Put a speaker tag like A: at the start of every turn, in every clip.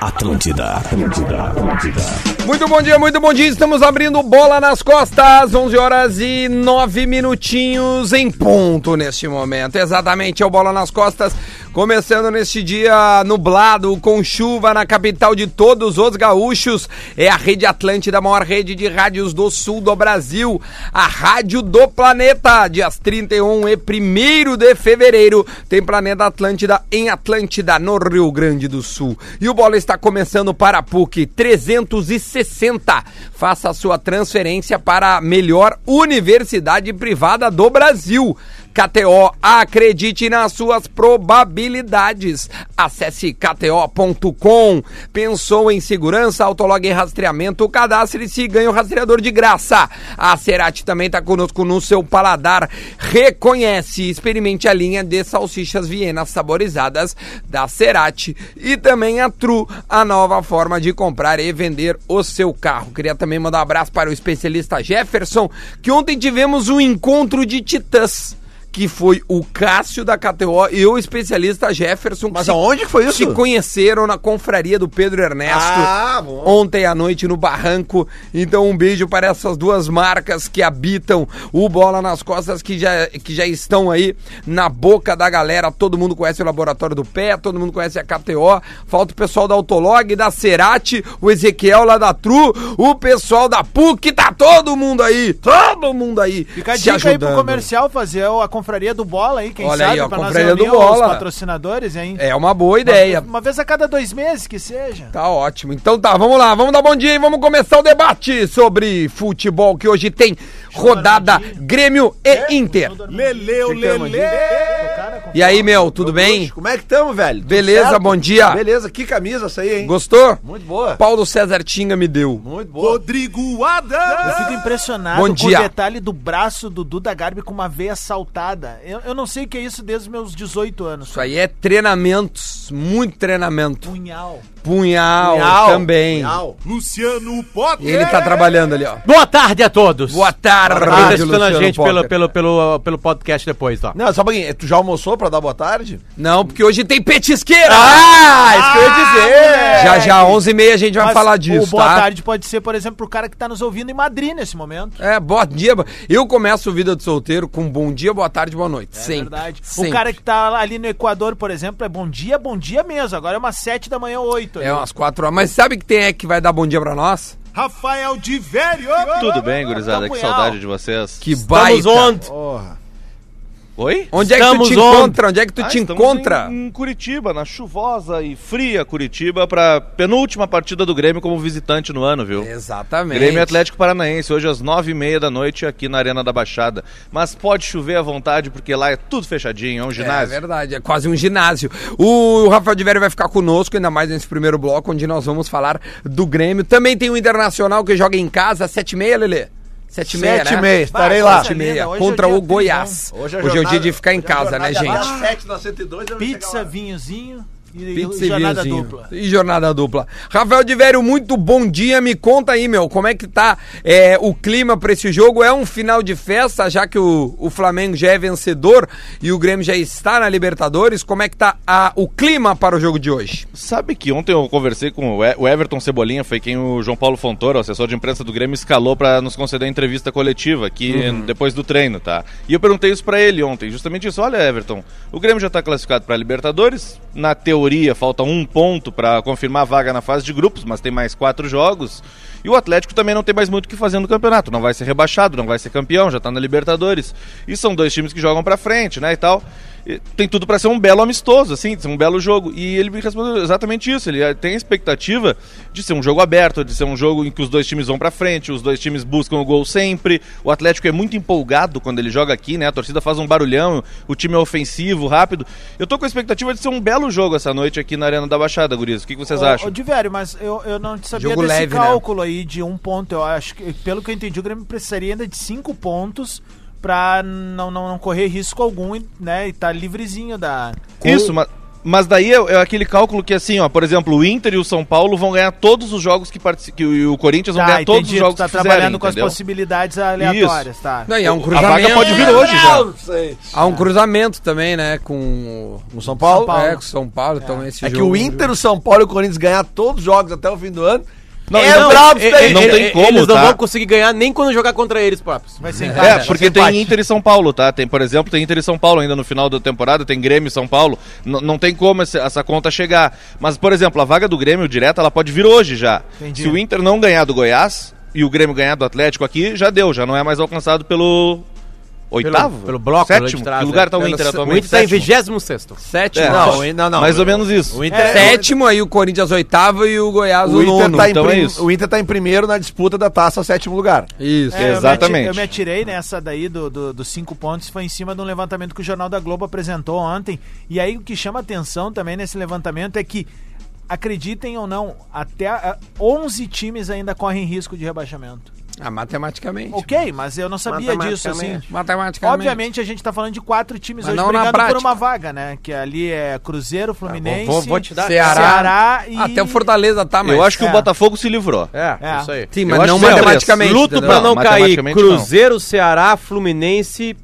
A: Atlântida, Atlântida, Atlântida.
B: Muito bom dia, muito bom dia. Estamos abrindo bola nas costas, 11 horas e 9 minutinhos em ponto neste momento. Exatamente, é o Bola nas Costas, começando neste dia nublado, com chuva na capital de todos os gaúchos. É a Rede Atlântida, a maior rede de rádios do sul do Brasil, a rádio do planeta. Dias 31 e 1 de fevereiro tem Planeta Atlântida em Atlântida, no Rio Grande do Sul. E o Bola está começando para a PUC 360. Faça a sua transferência para a melhor universidade privada do Brasil. KTO, acredite nas suas probabilidades. Acesse kto.com. Pensou em segurança, autolog e rastreamento, cadastre-se e ganhe o rastreador de graça. A Cerati também está conosco no seu paladar. Reconhece e experimente a linha de salsichas vienas saborizadas da Cerati e também a Tru, a nova forma de comprar e vender o seu carro. Queria também mandar um abraço para o especialista Jefferson, que ontem tivemos um encontro de titãs que foi o Cássio da KTO e o especialista Jefferson. que
C: Mas
B: se-
C: aonde que foi isso?
B: se conheceram na confraria do Pedro Ernesto
C: Ah, bom.
B: ontem à noite no Barranco. Então, um beijo para essas duas marcas que habitam o Bola nas Costas, que já, que já estão aí na boca da galera. Todo mundo conhece o Laboratório do Pé, todo mundo conhece a KTO. Falta o pessoal da Autolog, da Cerati, o Ezequiel lá da Tru, o pessoal da PUC, tá todo mundo aí, todo mundo aí.
D: Fica a
B: se
D: dica aí
B: ajudando.
D: pro comercial fazer a confraria do Bola aí, quem
B: Olha
D: sabe,
B: aí, ó,
D: pra nós
B: confraria do
D: reunir
B: Bola.
D: os patrocinadores, hein?
B: É uma boa ideia.
D: Uma, uma vez a cada dois meses que seja.
B: Tá ótimo. Então tá, vamos lá, vamos dar bom dia e vamos começar o debate sobre futebol que hoje tem rodada Grêmio e Inter.
D: Leleu,
E: é
D: leleu.
B: E aí, meu, tudo bem?
C: Como é que estamos, velho? Tudo
B: Beleza,
C: certo?
B: bom dia.
C: Beleza, que camisa essa aí, hein?
B: Gostou?
C: Muito boa.
B: Paulo César Tinga me deu.
C: Muito boa.
E: Rodrigo Adams.
D: Eu fico impressionado
B: Bom
D: com
B: dia.
D: o detalhe do braço do Duda Garbi com uma veia saltada. Eu, eu não sei o que é isso desde os meus 18 anos.
B: Isso aí é treinamentos, muito treinamento.
D: Punhal.
B: Punhal,
C: Punhal,
B: também.
C: Punhal. É.
E: Luciano Potter.
B: Ele tá trabalhando ali, ó.
F: Boa tarde a todos.
B: Boa tarde,
F: Tá assistindo a
B: Luciano
F: gente
B: Potter.
F: pelo, pelo, pelo, pelo podcast depois, tá?
C: Não, só um pouquinho. Tu já almoçou pra dar boa tarde?
B: Não, porque hoje tem petisqueira.
C: Ah, isso que eu ia dizer.
B: já já, 11h30 a gente vai
D: Mas
B: falar
D: O
B: disso,
D: boa
B: tá?
D: tarde pode ser, por exemplo, pro cara que tá nos ouvindo em Madrid nesse momento.
B: É, bom dia. Eu começo o Vida de Solteiro com bom dia, boa tarde, boa noite.
D: É
B: sempre.
D: verdade.
B: sempre.
D: O cara que tá ali no Equador, por exemplo, é bom dia, bom dia mesmo. Agora é umas 7 da manhã, 8.
B: É umas quatro horas. Mas sabe que tem é que vai dar bom dia pra nós?
E: Rafael de Velho.
G: Tudo bem, gurizada? Que
D: Campunhal.
G: saudade de vocês.
B: Que baita.
G: Oi?
B: Onde é que
F: Estamos
B: tu te
F: onde?
B: encontra? Onde é que tu
G: Ah,
B: te
G: estamos
B: encontra?
G: Em, em Curitiba, na chuvosa e fria Curitiba, pra penúltima partida do Grêmio como visitante no ano, viu?
B: Exatamente.
G: Grêmio Atlético Paranaense, hoje às nove e meia da noite aqui na Arena da Baixada. Mas pode chover à vontade, porque lá é tudo fechadinho, é um
B: É
G: ginásio.
B: verdade, é quase um ginásio. O Rafael de Velho vai ficar conosco, ainda mais nesse primeiro bloco, onde nós vamos falar do Grêmio. Também tem o Internacional que joga em casa, 7h30, Lelê? 7h30,
C: Sete e
B: né?
C: meia, estarei
D: Vai,
C: lá.
D: coisa
B: 7h30,
D: linda, hoje é
B: contra
D: o
B: o
D: dia
B: Goiás. Hoje,
C: Hoje
B: é
C: é
B: o dia
C: jornada-
B: de ficar em
C: hoje é
B: casa, né,
C: jornada
B: gente?
C: lá, sete na 102, eu vou chegar
D: Pizza,
C: lá.
D: vinhozinho e,
B: Pizza
D: e
B: e
D: jornada
B: vinhozinho.
D: dupla.
B: E jornada dupla. Rafael de Vério, muito bom dia. Me conta aí, meu, como é que tá é, o clima pra esse jogo? É um final de festa, já que o, o Flamengo já é vencedor e o Grêmio já está na Libertadores. Como é que tá a- o clima para o jogo de hoje?
G: Sabe que ontem eu conversei com o E- o Everton Cebolinha, foi quem o João Paulo Fontoura, o assessor de imprensa do Grêmio, escalou pra nos conceder a entrevista coletiva aqui depois do treino, tá? E eu perguntei isso pra ele ontem, justamente isso. Olha, Everton, o Grêmio já tá classificado pra Libertadores. Na teoria, falta um ponto pra confirmar a vaga na fase de grupos, mas tem mais quatro jogos. E o Atlético também não tem mais muito o que fazer no campeonato. Não vai ser rebaixado, não vai ser campeão, já tá na Libertadores. E são dois times que jogam pra frente, né, e tal. E tem tudo pra ser um belo amistoso, assim, de ser um belo jogo. E ele me respondeu exatamente isso. Ele eh, tem a expectativa de ser um jogo aberto, de ser um jogo em que os dois times vão pra frente, os dois times buscam o gol sempre. O Atlético é muito empolgado quando ele joga aqui, né? A torcida faz um barulhão, o time é ofensivo, rápido. Eu tô com a expectativa de ser um belo jogo essa noite aqui na Arena da Baixada, Gurias. O que, que vocês
D: Ô, Ô,
G: acham?
D: Divério, mas eu, eu não sabia
B: Jogo
D: desse
B: leve, né?
D: cálculo aí de um ponto. Eu acho que, pelo que eu entendi, o Grêmio precisaria ainda de cinco pontos pra não, não, não correr risco algum, e, né? E tá livrezinho da.
G: Isso, mas. Mas daí é, é aquele cálculo que, assim, ó, por exemplo, o Inter e o São Paulo vão ganhar todos os jogos que participam. E o Corinthians vão ganhar todos os jogos
D: tá
G: que fizerem,
D: trabalhando com as
G: entendeu?
D: possibilidades aleatórias, tá?
B: Não, e há um
G: A
B: cruzamento.
G: vaga pode vir hoje já.
B: Há um cruzamento também, né? Com o
C: O São Paulo.
B: É, com o São Paulo. Então esse
C: É, que
B: jogo-
C: o Inter, o São Paulo e o Corinthians ganhar todos os jogos até o fim do ano.
G: Não,
C: é
F: um
G: não,
C: brabo
G: é-
C: isso daí.
G: é- não tem como,
F: Eles não
G: tá?
F: vão né? conseguir ganhar nem quando jogar contra eles próprios.
D: Vai ser em
G: É,
D: casa.
G: porque tem Inter e São Paulo, tá? Tem, por exemplo, tem Inter e São Paulo ainda no final da temporada, tem Grêmio e São Paulo. N- não tem como esse- essa conta chegar. Mas, por exemplo, a vaga do Grêmio direta, ela pode vir hoje já. Se o Inter não ganhar do Goiás e o Grêmio ganhar do Atlético aqui, já deu, já não é mais alcançado pelo oitavo?
F: pelo bloco, lá
G: sétimo.
F: de trás,
G: que lugar
F: é.
G: tá o
B: Pelo
G: Inter
B: se-
F: O
G: atualmente?
F: Inter tá em
G: Sétimo.
F: 26
B: Sétimo.
G: É,
C: Não, ainda não.
G: mais ou menos isso.
F: O Inter
B: É, sétimo, aí o Corinthians oitavo e o Goiás o,
C: O Inter,
B: nono.
C: tá em
G: então é
C: prim-
G: isso.
C: o Inter tá em primeiro na disputa da taça ao sétimo lugar.
B: Isso.
D: É, eu me ati-
G: Exatamente.
D: Eu me atirei nessa daí do- do- dos cinco pontos, foi em cima de um levantamento que o Jornal da Globo apresentou ontem. E aí o que chama atenção também nesse levantamento é que, acreditem ou não, até ah, 11 times ainda correm risco de rebaixamento.
B: Ah, matematicamente.
D: Ok, mas eu não sabia disso, assim.
B: Matematicamente.
D: Obviamente a gente tá falando de quatro times
B: Mas
D: hoje
B: não na
D: brigando por
B: prática. Tá
D: uma vaga, né? Que ali é Cruzeiro, Fluminense,
F: vou- vou te dar.
B: Ceará. Ah,
D: Ceará e...
B: Até o Fortaleza tá, mas...
G: Eu acho que
D: É.
G: o Botafogo se livrou.
F: É,
D: É.
F: isso aí.
B: Sim,
G: eu
B: mas
G: acho
B: não
G: que são
B: matematicamente.
G: três. Luto
B: entendeu?
F: Pra não cair,
G: matematicamente, não.
F: Cruzeiro, Ceará, Fluminense.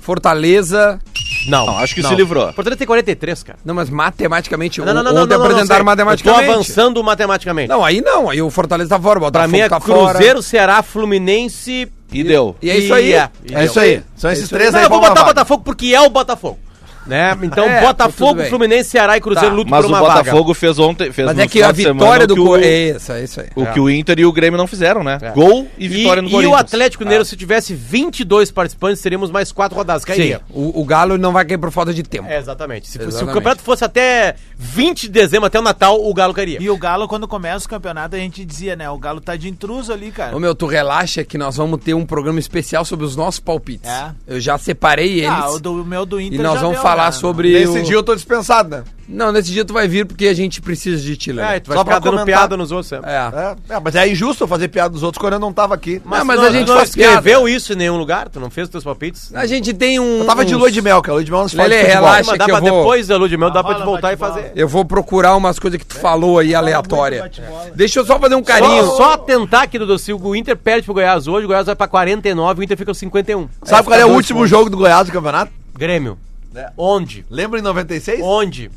B: Fortaleza...
F: Não,
G: Não, acho que se livrou.
F: Portanto, tem 43, cara.
B: Não, mas matematicamente...
F: Não, não, não,
B: o-
F: não.
B: Ontem
F: não, não,
B: apresentaram
F: não, sei.
B: matematicamente.
F: Eu tô avançando matematicamente.
B: Não, aí não. Aí o Fortaleza tá fora, o
F: pra
B: Botafogo
F: mim é
B: tá fora.
F: Cruzeiro, Ceará, Fluminense.
G: E deu.
B: E é isso aí.
F: É,
C: É isso aí. São esses três
F: Não,
C: aí.
F: eu vou
C: pra uma
F: botar
C: vaga.
F: Botafogo porque é o Botafogo. Né? Então,
B: É, tudo
F: Botafogo,
B: bem.
F: Fluminense, Ceará e Cruzeiro
B: Tá,
F: lutam
G: Mas
F: por
G: o
F: uma
G: Botafogo fez ontem. Fez
B: Mas
G: no
B: é que
G: final
B: a
G: de semana
B: vitória
G: o que
B: do... Co-
G: o-
B: É isso, é isso aí.
G: O que o Inter e o Grêmio não fizeram, né?
F: É.
G: Gol e
F: E,
G: vitória no
F: e
G: Corinthians.
F: o Atlético Mineiro, se tivesse 22 participantes, teríamos mais quatro rodadas.
B: Sim,
C: é?
F: Cairia.
B: o, o Galo não vai cair por falta de tempo.
F: É, exatamente. Se, se o
B: Exatamente.
F: campeonato fosse até 20 de dezembro, até o Natal, o Galo cairia.
D: E o Galo, quando começa o campeonato, a gente dizia, né? O Galo tá de intruso ali, cara.
B: Ô meu, tu relaxa que nós vamos ter um programa especial sobre os nossos palpites.
D: É.
B: Eu já separei eles.
D: Ah, o, do, o meu do Inter
B: E nós
D: já
B: vamos
D: deu,
B: falar
D: né?
B: sobre.
C: Nesse
B: o-
C: dia eu tô dispensado, né?
B: Não, nesse dia tu vai vir porque a gente precisa de ti, Léo.
F: É, tu vai
C: Só
F: ficar
C: pra
F: dando
C: comentar.
F: piada nos outros. É.
B: É.
C: É, é, mas é injusto eu fazer piada dos outros quando eu não tava aqui.
B: Mas-
F: Não, mas a gente não
B: faz piada.
F: escreveu isso em nenhum lugar? Tu não fez os teus palpites?
B: A gente tem um.
C: eu tava de
B: uns-
C: lua de mel, cara. Lua de mel não se fala
B: Lelê,
C: de futebol.
B: relaxa. acha
F: dá
B: que
F: pra
B: eu vou-
F: depois da Lua de Mel, dá pra te
D: rola,
F: voltar e
D: bate-bola.
F: fazer.
B: Eu vou procurar umas coisas que tu falou aí aleatória.
D: É. muito bate-bola.
B: Deixa eu só fazer um carinho.
F: Só, só atentar aqui, Dudu, se o Inter perde pro Goiás hoje, o Goiás vai pra 49, o Inter fica com 51.
C: Sabe qual é o
B: dois
C: último jogo do Goiás do campeonato?
F: Grêmio.
C: É.
F: Onde?
C: Lembra em 96?
F: Onde?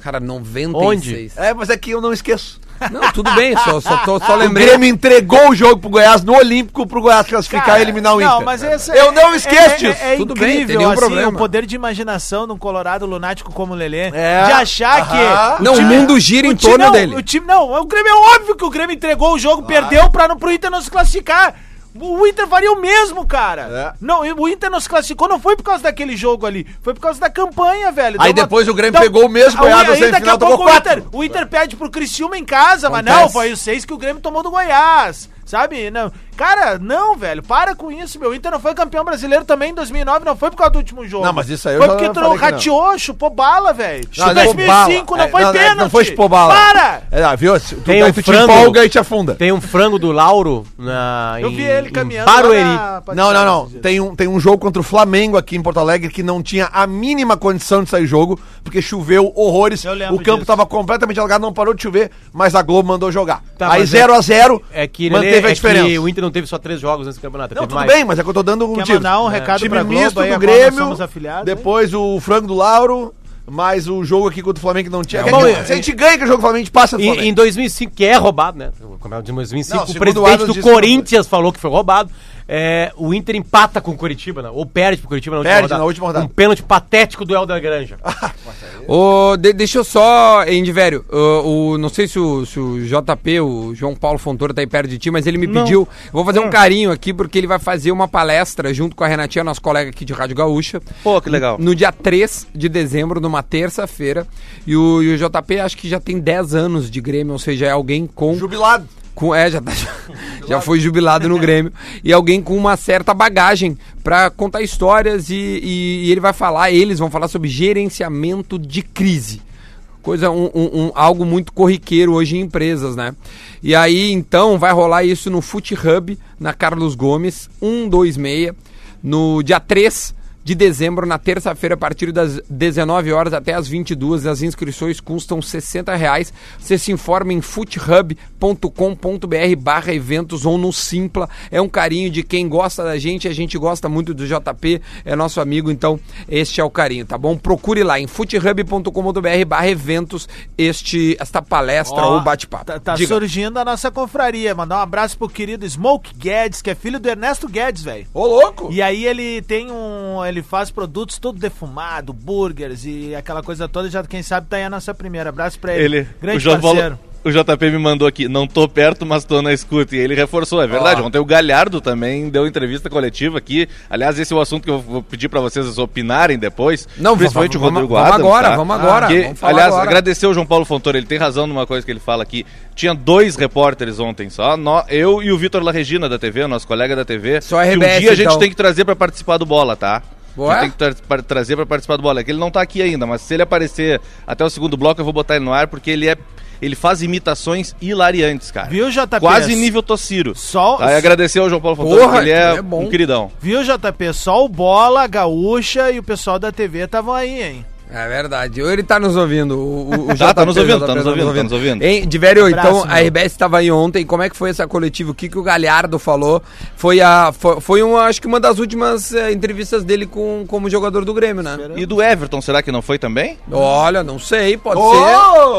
B: Cara, 96.
C: É, mas é que eu não esqueço.
B: Não, tudo bem, só, só, tô- só
C: O
B: lembrei.
C: Grêmio entregou o jogo pro Goiás no Olímpico pro Goiás classificar e eliminar o Inter.
D: Não, mas esse
C: Eu não esqueço
D: é,
C: disso.
D: É, é
B: Tudo bem,
D: incrível,
B: tem nenhum
D: assim,
B: problema.
D: o poder de imaginação de um colorado lunático como o Lelê.
C: É.
D: De achar
C: Aham.
D: que...
B: Não, o
D: time-
B: mundo gira em
D: time
B: torno
D: não,
B: dele.
D: O time não. O Grêmio é óbvio que o Grêmio entregou o
C: Ah.
D: jogo, perdeu pra, não- pro Inter não se classificar. O Inter faria o mesmo, cara.
C: É.
D: Não, e o Inter não se classificou, não foi por causa daquele jogo ali. Foi por causa da campanha, velho.
C: Aí
D: Deu uma-
C: depois o Grêmio
D: Então,
C: pegou o mesmo
D: aí-
C: Goiás na
D: aí daqui a
C: semifinal, tomou
D: pouco o
C: quatro.
D: Inter, o Inter perde pro Criciúma em casa, mas
C: Acontece.
D: não, foi os seis que o Grêmio tomou do Goiás, sabe? Não. Cara, não, velho, para com isso, meu. O Inter não foi campeão brasileiro também em 2009, não foi por causa do último jogo.
C: Não, mas isso aí eu
D: Foi
C: já
D: porque tu
C: falei
D: não
C: que não.
D: rateou, chupou bala, velho.
C: Não,
D: Em
C: não,
D: 2005
C: bala.
D: não
C: É,
D: foi pênalti.
C: Não foi expor bala.
D: Para!
C: É, ah, viu? Se Tu,
F: Tem
C: aí
F: um
C: tu te
F: frango.
C: empolga e te afunda.
F: Tem um frango do Lauro na,
D: Eu vi ele caminhando.
F: Em Barueri.
D: lá na-
C: Não, não, não. Tem um, tem um jogo contra o Flamengo aqui em Porto Alegre que não tinha a mínima condição de sair jogo, porque choveu horrores.
D: Eu lembro
C: O campo
D: disso.
C: estava completamente alagado, não parou de chover, mas a Globo mandou jogar.
F: Tá,
C: Aí
F: mas
C: 0
F: é-
C: a 0
F: É que,
C: manteve
F: Lelê,
C: a
F: é
C: diferença.
F: que o Inter não teve só três jogos nesse campeonato.
C: Não,
F: teve
C: tudo
F: mais.
C: bem, mas é que eu tô dando um
D: Quer
C: motivo.
D: mandar um recado
C: time
D: pra Globo
C: misto
D: aí, a
C: do
D: qual nós
C: Grêmio,
D: somos afiliados,
C: depois o frango do Lauro, mas o jogo aqui contra o Flamengo que não
D: É
C: tinha.
F: Não,
C: Quer
F: bom,
C: dizer,
F: e-
C: se a gente ganha que o jogo do Flamengo, a gente passa do
F: E-
C: Flamengo.
F: em 2005, que é roubado, né? O campeonato de 2005,
C: Não,
F: o
C: segundo o
F: presidente
C: Adams
F: do
C: disse que
F: Corinthians falou que foi roubado. É, o Inter empata com o Curitiba, né? ou perde pro Curitiba na última
C: Perde
F: rodada.
C: na última rodada. Ah.
F: Um pênalti patético do Helder Granja.
B: Ô, de- deixa eu só, Indivério, o, o- não sei se o, se o JP, o João Paulo Fontoura tá aí perto de ti, mas ele me pediu, eu vou fazer um carinho aqui, porque ele vai fazer uma palestra junto com a Renatinha, nosso colega aqui de Rádio Gaúcha,
G: Pô, que legal.
B: no dia 3 de dezembro, numa terça-feira, e o, e o JP acho que já tem 10 anos de Grêmio, ou seja, é alguém com...
C: Jubilado.
B: com é, já, tá- já foi jubilado no Grêmio. E alguém com uma certa bagagem pra contar histórias e, e- e ele vai falar, eles vão falar sobre gerenciamento de crise. Coisa, um, um- um- algo muito corriqueiro hoje em empresas, né? E aí, então, vai rolar isso um, no Foot Hub, na Carlos Gomes, 126, no dia 3 de dezembro, na terça-feira, a partir das 19 horas até as 22. As inscrições custam R$ 60 reais. Você se informa em foothub.com.br barra eventos ou no Simpla. É um carinho de quem gosta da gente. A gente gosta muito do JP, é nosso amigo, então este é o carinho, tá bom? Procure lá em foothub.com.br barra eventos este, esta palestra
D: Ó,
B: ou bate-papo.
D: Tá, tá
B: Diga.
D: surgindo a nossa confraria. Mandar um abraço pro querido Smoke Guedes, que é filho do Ernesto Guedes, velho.
B: Ô, louco!
D: E aí ele tem um. Ele faz produtos todo defumado, burgers e aquela coisa toda. Já quem sabe tá aí a nossa primeira. Abraço pra ele.
G: Ele,
D: Grande
G: o, João
D: parceiro.
G: Paulo- o JP me mandou aqui, não tô perto, mas tô na escuta. E ele reforçou, é verdade. Ontem o Galhardo também deu entrevista coletiva aqui. Aliás, esse é o assunto que eu vou pedir pra vocês opinarem depois.
B: Não,
G: principalmente
B: vamos-
G: o Rodrigo
B: vamos- vamos
G: Adams,
B: agora,
G: tá?
B: vamos agora,
G: Que,
B: vamos falar
G: aliás,
B: agora.
G: agradecer o João Paulo Fontoura, ele tem razão numa coisa que ele fala aqui. Tinha dois repórteres ontem só, nó- eu e o Vitor La Regina da TV, o nosso colega da TV.
B: Só
G: que
B: RBS,
G: um dia a gente
B: então.
G: tem que trazer pra participar do Bola, tá?
B: Boa.
G: A gente tem que tra- pra- trazer pra participar do Bola. É que ele não tá aqui ainda, mas se ele aparecer até o segundo bloco, eu vou botar ele no ar, porque ele é. Ele faz imitações hilariantes, cara.
D: Viu, JP?
G: Quase nível Tossiro.
D: Só-
G: Tá, e agradecer ao João Paulo Fontoura,
B: Porra,
G: que ele é,
B: é bom.
G: um queridão.
D: Viu, JP? Só o Bola, a Gaúcha e o pessoal da TV estavam aí, hein?
B: É verdade. Ou ele tá nos ouvindo. O, o, o
G: Tá, tá
B: JP,
G: nos ouvindo,
B: JP,
G: tá nos ouvindo, tá nos ouvindo.
B: Hein, Diverio,
D: Um Abraço,
B: então, a
D: meu.
B: RBS estava aí ontem. Como é que foi essa coletiva? O que, que o Galhardo falou? Foi, a, foi, foi uma, acho que uma das últimas eh, entrevistas dele com, como jogador do Grêmio, né?
G: E do Everton, será que não foi também?
B: Olha, não sei, pode
C: Ô!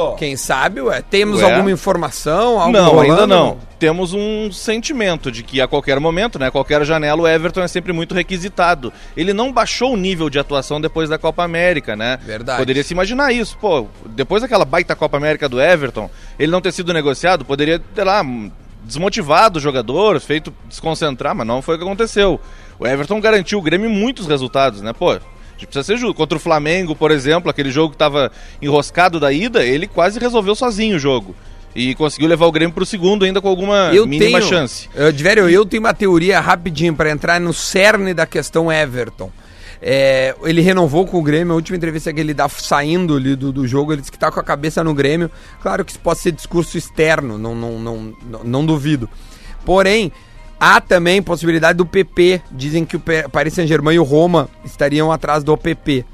B: ser. Quem sabe, ué. Temos
G: Ué?
B: alguma informação? Algo
G: não,
B: rolando?
G: ainda não. Temos um sentimento de que a qualquer momento, né, qualquer janela, o Everton é sempre muito requisitado. Ele não baixou o nível de atuação depois da Copa América, né?
B: Verdade.
G: Poderia se imaginar isso, pô. Depois daquela baita Copa América do Everton, ele não ter sido negociado, poderia ter lá hum, desmotivado o jogador, feito desconcentrar, mas não foi o que aconteceu. O Everton garantiu o Grêmio muitos resultados, né, pô? A gente precisa ser justo. Contra o Flamengo, por exemplo, aquele jogo que estava enroscado da ida, ele quase resolveu sozinho o jogo. E conseguiu levar o Grêmio pro segundo ainda com alguma
B: Eu
G: mínima
B: tenho,
G: chance.
B: Eu, Diverio, eu tenho uma teoria rapidinho para entrar no cerne da questão Everton. É, ele renovou com o Grêmio, a última entrevista que ele dá saindo ali do, do jogo, ele disse que tá com a cabeça no Grêmio. Claro que isso pode ser discurso externo, não, não, não, não, não duvido. Porém, há também possibilidade do PP. Dizem que o P- Paris Saint-Germain e o Roma estariam atrás do PP.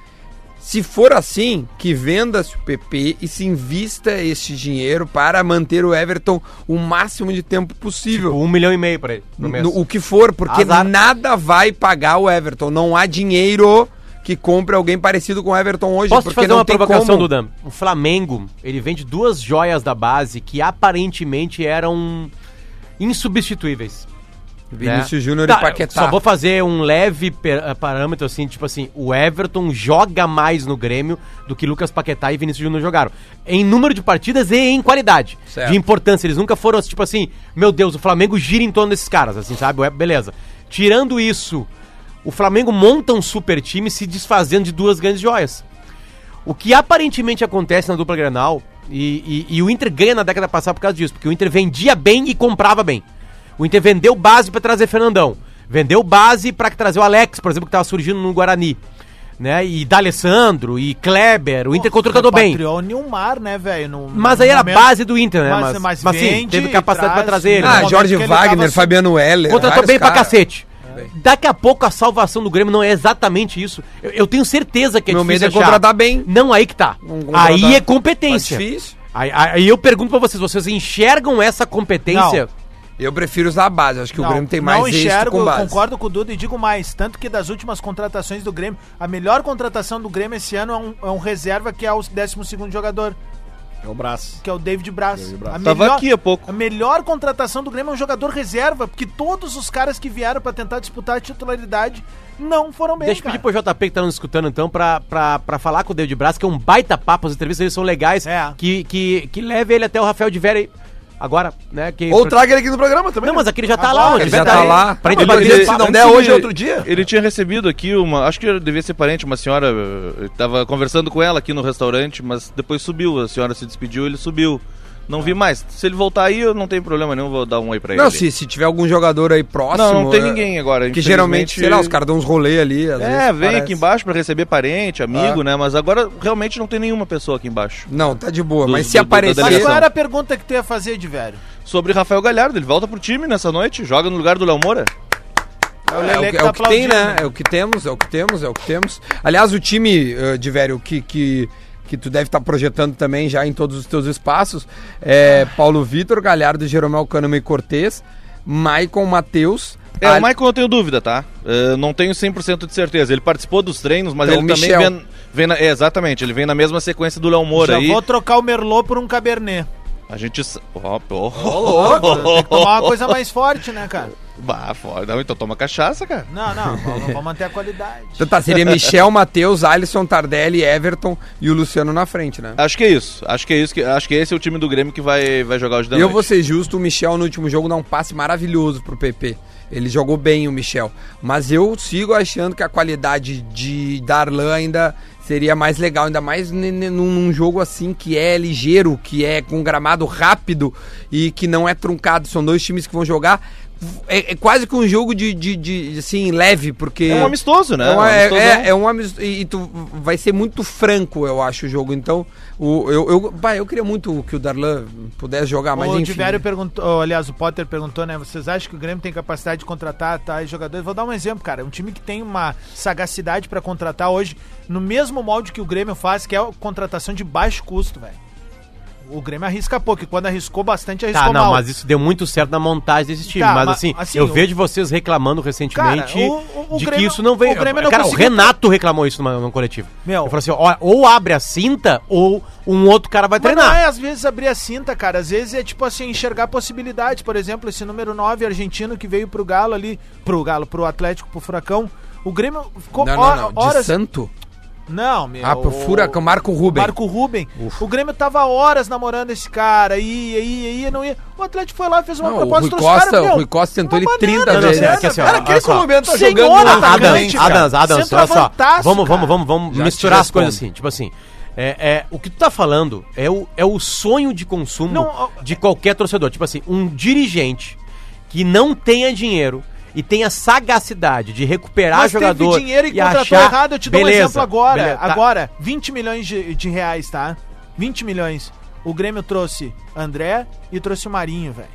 B: Se for assim, que venda-se o PP e se invista este dinheiro para manter o Everton o máximo de tempo possível.
F: Um milhão e meio pra ele. No mês.
B: No- o que for, porque
F: Azar.
B: nada vai pagar o Everton. Não há dinheiro que compre alguém parecido com o Everton hoje.
F: Posso te
B: porque
F: fazer
B: não
F: uma
B: tem
F: provocação,
B: como.
F: Duda? O Flamengo, ele vende duas joias da base que aparentemente eram insubstituíveis. né?
B: Vinícius Júnior
F: Tá,
B: e Paquetá.
F: Só vou fazer um leve per- parâmetro, assim, tipo assim, o Everton joga mais no Grêmio do que Lucas Paquetá e Vinícius Júnior jogaram. Em número de partidas e em qualidade.
B: Certo.
F: De importância. Eles nunca foram, tipo assim, meu Deus, o Flamengo gira em torno desses caras, assim, sabe? Ué, Beleza. Tirando isso, o Flamengo monta um super time se desfazendo de duas grandes joias. O que aparentemente acontece na dupla Granal, e, e- e o Inter ganha na década passada por causa disso, porque o Inter vendia bem e comprava bem. O Inter vendeu base pra trazer Fernandão, vendeu base pra trazer o Alex, por exemplo, que tava surgindo no Guarani. Né? E D'Alessandro, e Kleber, o Inter contratou bem.
D: Repatriou o Nilmar, né, velho? no-
F: Mas
D: no
F: aí era a
D: momento-
F: base do Inter, né?
D: Mas-
B: é
F: Mas,
D: mas
F: mas sim,
D: vende
F: teve
D: e
F: capacidade pra
D: traz.
F: trazer ele.
D: No
B: Ah,
D: momento
B: Jorge
D: que ele
B: Wagner,
D: tava-
B: Fabiano Heller.
F: Contratou
B: vários
F: bem pra
B: caras. É.
F: cacete. Daqui a pouco a salvação do Grêmio não é exatamente isso. Eu, eu tenho certeza que é
B: Meu medo é
F: difícil achar.
B: contratar bem.
F: Não, aí que tá.
B: Não contratar.
F: Aí é
B: Tá
F: competência.
B: difícil.
F: Aí, aí eu pergunto pra vocês, vocês enxergam essa competência?
B: Eu prefiro usar a base. Acho que o Grêmio tem mais
D: Não
B: êxito
D: enxergo,
B: com
D: eu
B: base.
D: concordo com o Duda e digo mais. Tanto que das últimas contratações do Grêmio, a melhor contratação do Grêmio esse ano é um, é um reserva que é o 12 jogador,
C: É o braço.
D: que é o David Braz. A
G: Tava aqui há pouco.
D: A melhor contratação do Grêmio é um jogador reserva, porque todos os caras que vieram pra tentar disputar a titularidade não foram bem.
F: Deixa eu
D: cara.
F: pedir pro JP que tá nos escutando então pra, pra, pra falar com o David Braz, que é um baita papo, as entrevistas eles são legais,
D: É.
F: que, que, que leve ele até o Rafael de Vera aí. agora, né? Que,
C: Ou
F: pra-
C: traga ele aqui no programa também.
F: Não, mas aqui ele já tá
D: Agora,
F: lá,
D: ele
F: o de
B: já
F: Vera
B: tá
F: aí.
B: lá.
F: Pra
C: Não,
F: ele
C: mas
F: poder-
C: ele- se não der hoje, é outro dia.
G: Ele tinha recebido aqui uma. Acho que devia ser parente, uma senhora. eh, Tava conversando com ela aqui no restaurante, mas depois subiu. A senhora se despediu, ele subiu. Não vi mais. Se ele voltar aí, eu não tenho problema nenhum, vou dar um oi pra ele.
B: Não, se, se tiver algum jogador aí próximo.
G: não, não tem
B: é-
G: ninguém agora.
B: Que geralmente,
G: infelizmente.
B: sei lá, os caras dão uns rolê ali. às
G: É,
B: vezes,
G: vem
B: parece. Ah.
G: aqui embaixo pra receber parente, amigo, né? Mas agora realmente não tem nenhuma pessoa aqui embaixo.
B: Não, tá de boa.
G: Do-
B: mas se
G: do- do- da
B: aparecer.
D: Mas
G: delegação.
D: qual era a pergunta que tu ia fazer, de velho?
G: Sobre Rafael Galhardo, ele volta pro time nessa noite, joga no lugar do Léo Moura.
D: É o
B: É o,
D: Lele
B: que-
D: que
B: é
D: tá
B: o que tem,
D: aplaudindo.
B: né? É o que temos, é o que temos, é o que temos. Aliás, o time, eh, de velho, que, que, que tu deve estar projetando também já em todos os teus espaços é Paulo Vitor, Galhardo, Jeromel Cânima e Cortez, Maicon, Matheus.
G: É,
B: Ali-
G: o Maicon eu tenho dúvida, tá? Eh, não tenho 100% de certeza. Ele participou dos treinos, mas
B: É o
G: ele também
B: Michel.
G: vem, vem na, é, exatamente, ele vem na mesma sequência do Léo Moura
D: Já
G: aí.
D: vou trocar o Merlot por um Cabernet.
G: A gente. sa- Ó, pô.
D: Tem que tomar uma coisa mais forte, né, cara?
G: Bah, foda. Não, Então toma cachaça, cara.
D: Não, não, vamos vamos manter a qualidade.
B: Então tá, seria Michel, Matheus, Alisson, Tardelli, Everton e o Luciano na frente, né?
G: Acho que é isso. Acho que é isso. Que, acho que esse é o time do Grêmio que vai, vai jogar hoje da
B: E eu
G: noite.
B: vou ser justo, o Michel no último jogo dá um passe maravilhoso pro PP. Ele jogou bem o Michel. Mas eu sigo achando que a qualidade de Darlan ainda seria mais legal, ainda mais ne- ne- num, num jogo assim que é ligeiro, que é com gramado rápido e que não é truncado. São dois times que vão jogar. É, é quase que um jogo de, de- de, assim, leve, porque.
G: É um amistoso, né?
B: É, uma- é,
G: um amistosão.
B: é, é um amistoso. E, e tu vai ser muito franco, eu acho, o jogo. Então, o, eu, eu, bah, eu queria muito que o Darlan pudesse jogar, mas
D: o
B: enfim.
D: Tiverio perguntou, oh, aliás, o Potter perguntou, né? Vocês acham que o Grêmio tem capacidade de contratar tais jogadores? Vou dar um exemplo, cara. Um time que tem uma sagacidade pra contratar hoje, no mesmo molde que o Grêmio faz, que é a contratação de baixo custo, velho. O Grêmio arrisca pouco, e quando arriscou bastante, arriscou
F: Tá, não,
D: mal.
F: mas isso deu muito certo na montagem desse time.
D: Tá,
F: mas
D: mas,
F: assim,
D: assim,
F: eu
D: o-
F: vejo vocês reclamando recentemente
D: Cara, o- o- o
F: de que
D: Grêmio-
F: isso não veio.
D: o Grêmio não
F: cara, o
D: conseguiu-
F: Renato reclamou isso numa, numa coletiva.
D: Meu.
F: Ele falou assim: ó, ou abre a cinta ou um outro cara vai
D: Mas
F: treinar.
D: não é às vezes abrir a cinta, cara. Às vezes é tipo assim, enxergar possibilidades. Por exemplo, esse número 9 argentino que veio pro Galo ali, pro Galo, pro Atlético, pro Furacão. O Grêmio ficou
B: Não,
D: hora-
B: não, não. De
D: horas.
B: Santo?
D: Não, meu.
B: Ah, pro Furacão, Marco Ruben.
D: Marco Ruben. O Grêmio tava horas namorando esse cara, ia, ia, ia, não ia. O Atlético foi lá e fez uma
B: Não, o
D: proposta
B: Rui
D: trouxe
B: Costa-
D: meu,
B: o Rui Costa tentou
D: uma
B: ele 30
D: banana,
B: vezes.
D: banana,
F: É que assim, ó,
D: cara,
F: olha
D: aquele
F: só.
D: colombiano tá
B: Senhora,
D: jogando no
B: tá
D: atacante,
F: Adams,
D: cara.
F: Adams, Adams, olha só.
D: Centroavantaço,
F: Vamos,
D: cara.
F: vamos, vamos, vamos
B: Já
F: misturar
B: te
F: as coisas
B: respondo.
F: assim. Tipo assim, é, é, o que tu tá falando é o, é o sonho de consumo
D: Não, ó,
F: de qualquer torcedor. Tipo assim, um dirigente que não tenha dinheiro e tenha sagacidade de recuperar
D: Mas
F: jogador
D: teve dinheiro e, contratou errado. Eu te dou um exemplo agora.
F: tá.
D: Agora, 20 milhões de, de reais, tá? 20 milhões. O Grêmio trouxe André e trouxe o Marinho, velho.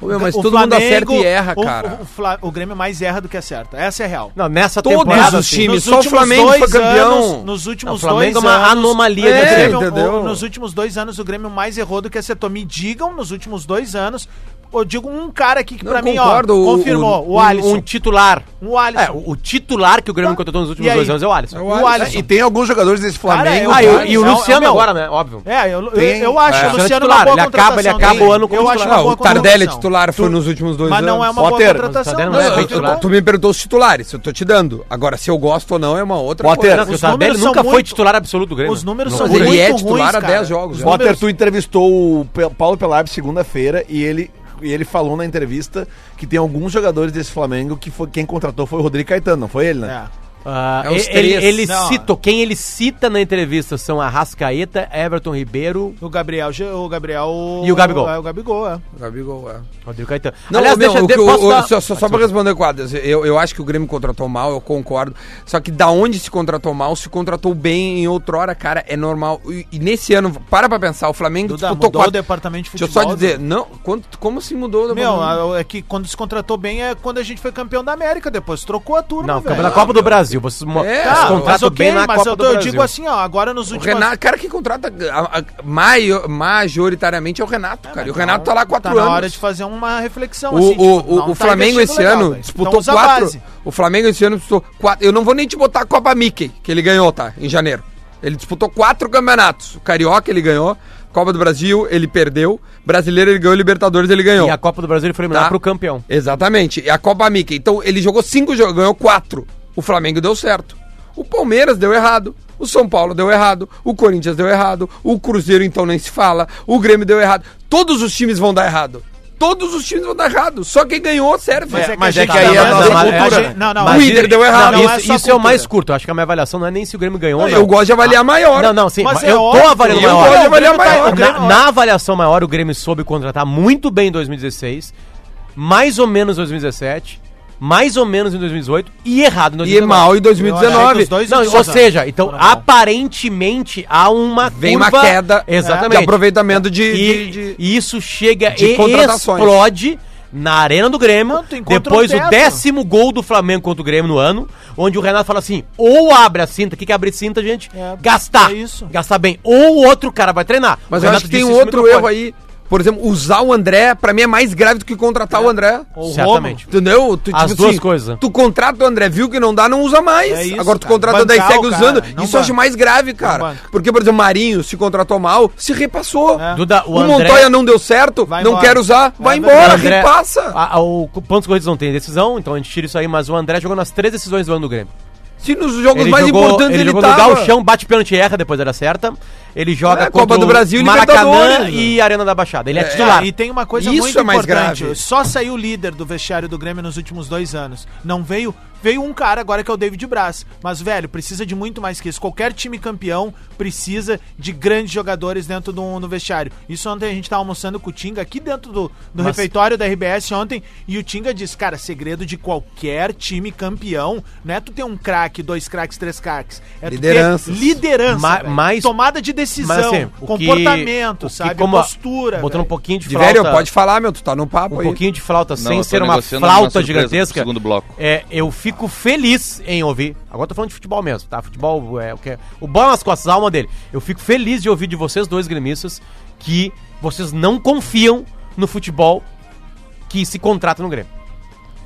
B: Ô, meu, mas
D: O
B: todo mundo
D: Flamengo-
B: acerta e erra,
D: o-
B: cara.
D: O, Fla- o Grêmio mais erra do que acerta. Essa é a real.
F: Não, nessa
B: Todos
F: temporada,
B: os
F: assim,
B: times,
D: Nos
B: só o
D: últimos
B: Flamengo
D: dois
B: foi campeão.
D: anos- nos últimos
F: O Flamengo
D: dois
F: é uma
D: anos,
F: anomalia
D: o
B: dentro do
D: Grêmio-
B: Grêmio.
D: o- nos últimos dois anos, o Grêmio mais errou do que acertou. Me digam, nos últimos dois anos, eu digo um cara aqui que
B: Não,
D: pra mim, ó,
B: concordo, o-
D: confirmou. O,
F: um-
D: Alisson.
F: Um titular.
D: o Alisson. Tá.
F: É, o, o titular que o Grêmio contratou nos últimos
D: E aí?
F: dois anos é o Alisson.
B: É
D: o Alisson.
C: E tem alguns jogadores desse Flamengo.
D: Cara,
F: Ah,
D: é
F: e,
D: o
F: o- e o
D: Alisson, é o
F: Luciano
D: meu.
F: agora, né? Óbvio.
D: É, eu, eu,
C: Tem.
D: eu acho
F: É.
D: o Luciano
F: Titular,
D: uma boa
F: ele acaba- ele
D: contratação
F: acaba
D: dele.
F: o ano como
D: Eu acho
F: titular.
D: uma
B: Não,
D: boa
B: o Tardelli é
D: contratação.
B: titular foi nos últimos dois
D: Mas
B: anos.
D: não é uma boa
C: Potter,
D: contratação.
F: Tardelli
B: Não,
F: não é
D: né?
B: eu-
F: bem
B: eu-
F: titular.
B: tu me perguntou os titulares, eu tô te dando. Agora, se eu gosto ou não é uma outra coisa.
C: Potter,
F: Não,
D: Os
F: porque o Tardelli
D: números são
F: nunca foi
D: muito-
F: titular absoluto do Grêmio.
D: Os números
F: Não.
D: são
B: Mas ele é
D: muito
B: titular
D: ruins,
B: há 10
D: cara.
B: jogos.
D: Os
B: já.
D: números-
C: Potter, tu entrevistou o Pe- Paulo Pelaipe segunda-feira e ele, e ele falou na entrevista que tem alguns jogadores desse Flamengo que foi, quem contratou foi o Rodrigo Caetano, não foi ele, né?
D: É.
F: Ah,
B: É os
F: ele,
B: três.
F: ele
D: Não.
F: cita, quem ele cita na entrevista são Arrascaeta, Everton Ribeiro
D: O Gabriel, o Gabriel.
F: E o Gabigol.
D: É, o Gabigol, é.
B: Gabigol, é.
F: Rodrigo Caetano.
B: Não,
F: Aliás,
B: não,
F: deixa,
B: o
F: de-
B: que eu-
F: posso
B: eu-
F: dar-
B: só, só, só pra responder o quadro, eu, eu acho que o Grêmio contratou mal, eu concordo. Só que da onde se contratou mal, se contratou bem em outrora, cara, é normal. E, e nesse ano, para pra pensar, o Flamengo
D: Duda, mudou o departamento de
B: Deixa eu
D: futebol.
B: só dizer, não, quanto, como se mudou o
D: Meu, a- é que quando se contratou bem é quando a gente foi campeão da América, depois trocou a turma,
F: Não,
D: velho.
F: na Copa do Brasil. Vocês mo-
B: É, mas
F: vocês
D: Tá, mas
F: contratam
D: ok,
F: bem na
D: mas
F: Copa
D: eu,
F: do
D: eu
F: Brasil.
D: digo assim, ó, agora nos
B: O
D: últimos...
B: Renato, o cara que contrata a- a- maio- majoritariamente é o Renato, cara. E o Renato tá lá há quatro
D: tá
B: anos.
D: na hora de fazer uma reflexão,
B: O,
D: assim,
B: o-
D: tipo,
B: o-
D: não
B: o
D: tá
B: Flamengo
D: investindo
B: esse
D: legal,
B: ano
D: velho.
B: disputou
D: Então usa a
B: quatro.
D: base.
B: O Flamengo esse ano disputou quatro. Eu não vou nem te botar a Copa Mickey, que ele ganhou, tá? Em janeiro. Ele disputou quatro campeonatos. O Carioca ele ganhou, Copa do Brasil ele perdeu, Brasileiro ele ganhou, Libertadores ele ganhou.
F: E a Copa do Brasil ele foi eliminado
B: Tá.
F: pro campeão.
B: Exatamente. E a Copa Mickey. Então ele jogou cinco jogos, ganhou quatro. O Flamengo deu certo. O Palmeiras deu errado. O São Paulo deu errado. O Corinthians deu errado. O Cruzeiro, então, nem se fala. O Grêmio deu errado. Todos os times vão dar errado. Todos os times vão dar errado. Só quem ganhou serve.
D: Mas é que
C: mas
D: a
C: é
D: gente
C: que aí
D: tá
C: é a nossa
D: vendo-
C: cultura,
D: gente-
C: né?
D: Não, não,
B: O
D: a gente-
B: Inter deu errado.
D: não, não
F: isso
D: só
F: isso é o
D: cultura.
F: mais curto. Acho que a minha avaliação não é nem se o Grêmio ganhou ou não.
B: Eu gosto de
D: Ah,
B: avaliar maior.
F: Não, não, sim.
D: Mas é
F: eu tô
D: óbvio,
F: avaliando
B: eu
F: maior.
B: gosto de
F: O Grêmio
B: avaliar
F: tá-
B: maior.
F: na, na avaliação maior, o Grêmio soube contratar muito bem em 2016, mais ou menos em 2017, mais ou menos em 2018 e errado em
B: E é
F: 2019.
B: mal em
D: Eu achei que
B: 2019.
D: os dois
F: Não, ou
D: últimos
F: seja,
D: anos
F: então
D: foram mal.
F: aparentemente há uma
B: Vem uma
F: curva-
B: queda
F: exatamente
B: de aproveitamento de...
F: e,
B: de- de-
F: e isso chega
B: de
F: e
B: contratações.
F: explode na Arena do Grêmio,
D: Não, tu encontra
F: depois
D: um
F: o
D: teto.
F: décimo gol do Flamengo contra o Grêmio no ano, onde o Renato fala assim: ou abre a cinta, o que, que é abrir cinta, gente?
D: É,
F: gastar.
D: é isso.
F: Gastar bem. Ou o outro cara vai treinar.
B: Mas
F: O
B: eu
F: Renato
B: acho que tem
F: disse
B: um
F: isso no
B: outro
F: microfone.
B: erro aí. Por exemplo, usar o André, pra mim é mais grave do que contratar o André.
D: Ou
F: Certamente.
B: Entendeu? Tu, tipo assim,
F: As duas coisas.
B: Tu contrata o André, viu que não dá, não usa mais.
D: É isso,
B: Agora tu
D: cara.
B: contrata o André e
D: Bancar
B: segue
D: o
B: usando.
D: cara,
B: Isso eu
D: não
B: acho
D: banca.
B: mais grave, cara.
D: banca.
B: Porque, por exemplo, Marinho se contratou mal, se repassou.
D: É.
F: Duda, o
B: o
F: André-
B: Montoya não deu certo,
D: Vai
B: não
D: embora.
B: quer usar, vai
D: É
B: embora,
F: O André- Ah.
B: repassa.
F: a- a- o Pontos Corridos não tem decisão, então a gente tira isso aí, mas o André jogou nas três decisões do ano do Grêmio.
B: Se nos jogos
F: Ele
B: Um mais
F: jogou,
B: importantes
F: ele
B: ele,
F: jogou
B: tava.
F: no Galchão, bate pênalti e erra, depois era certa. Ele joga
B: É, Copa
F: contra
B: do
F: o
B: Brasil e
F: Maracanã
B: Libertadores,
F: e Arena da Baixada. Ele é,
B: É,
F: titular.
D: E tem uma coisa
B: Isso
D: muito
B: é mais
D: importante.
B: grave.
D: Só saiu líder do vestiário do Grêmio nos últimos dois anos. Não veio. Veio um cara agora que é o David Braz. Mas, velho, precisa de muito mais que isso. Qualquer time campeão precisa de grandes jogadores dentro do, no vestiário. Isso ontem a gente tava almoçando com o Tinga aqui dentro do, do
F: Mas-
D: refeitório da RBS ontem. E o Tinga disse, cara, segredo de qualquer time campeão não é tu ter um craque, dois craques, três craques. É tu
B: Lideranças.
D: ter liderança.
F: Ma-
D: velho.
F: mais-
D: Tomada de decisão,
F: Mas, assim, o que-
D: comportamento,
F: o que
D: sabe?
F: como a-
D: Postura.
F: Botando um
D: velho.
F: pouquinho de
B: De velho,
F: flauta-
B: pode falar, meu, tu tá no papo
F: um
B: aí.
F: pouquinho de flauta sem
G: eu tô
F: ser uma
G: negociando uma
F: flauta
G: surpresa pro
F: gigantesca.
G: segundo bloco.
F: É, eu fico feliz em ouvir. Agora tô falando de futebol mesmo, tá? Futebol é o que é- o bola nas costas, a alma dele. Eu fico feliz de ouvir de vocês dois gremistas que vocês não confiam no futebol que se contrata no Grêmio.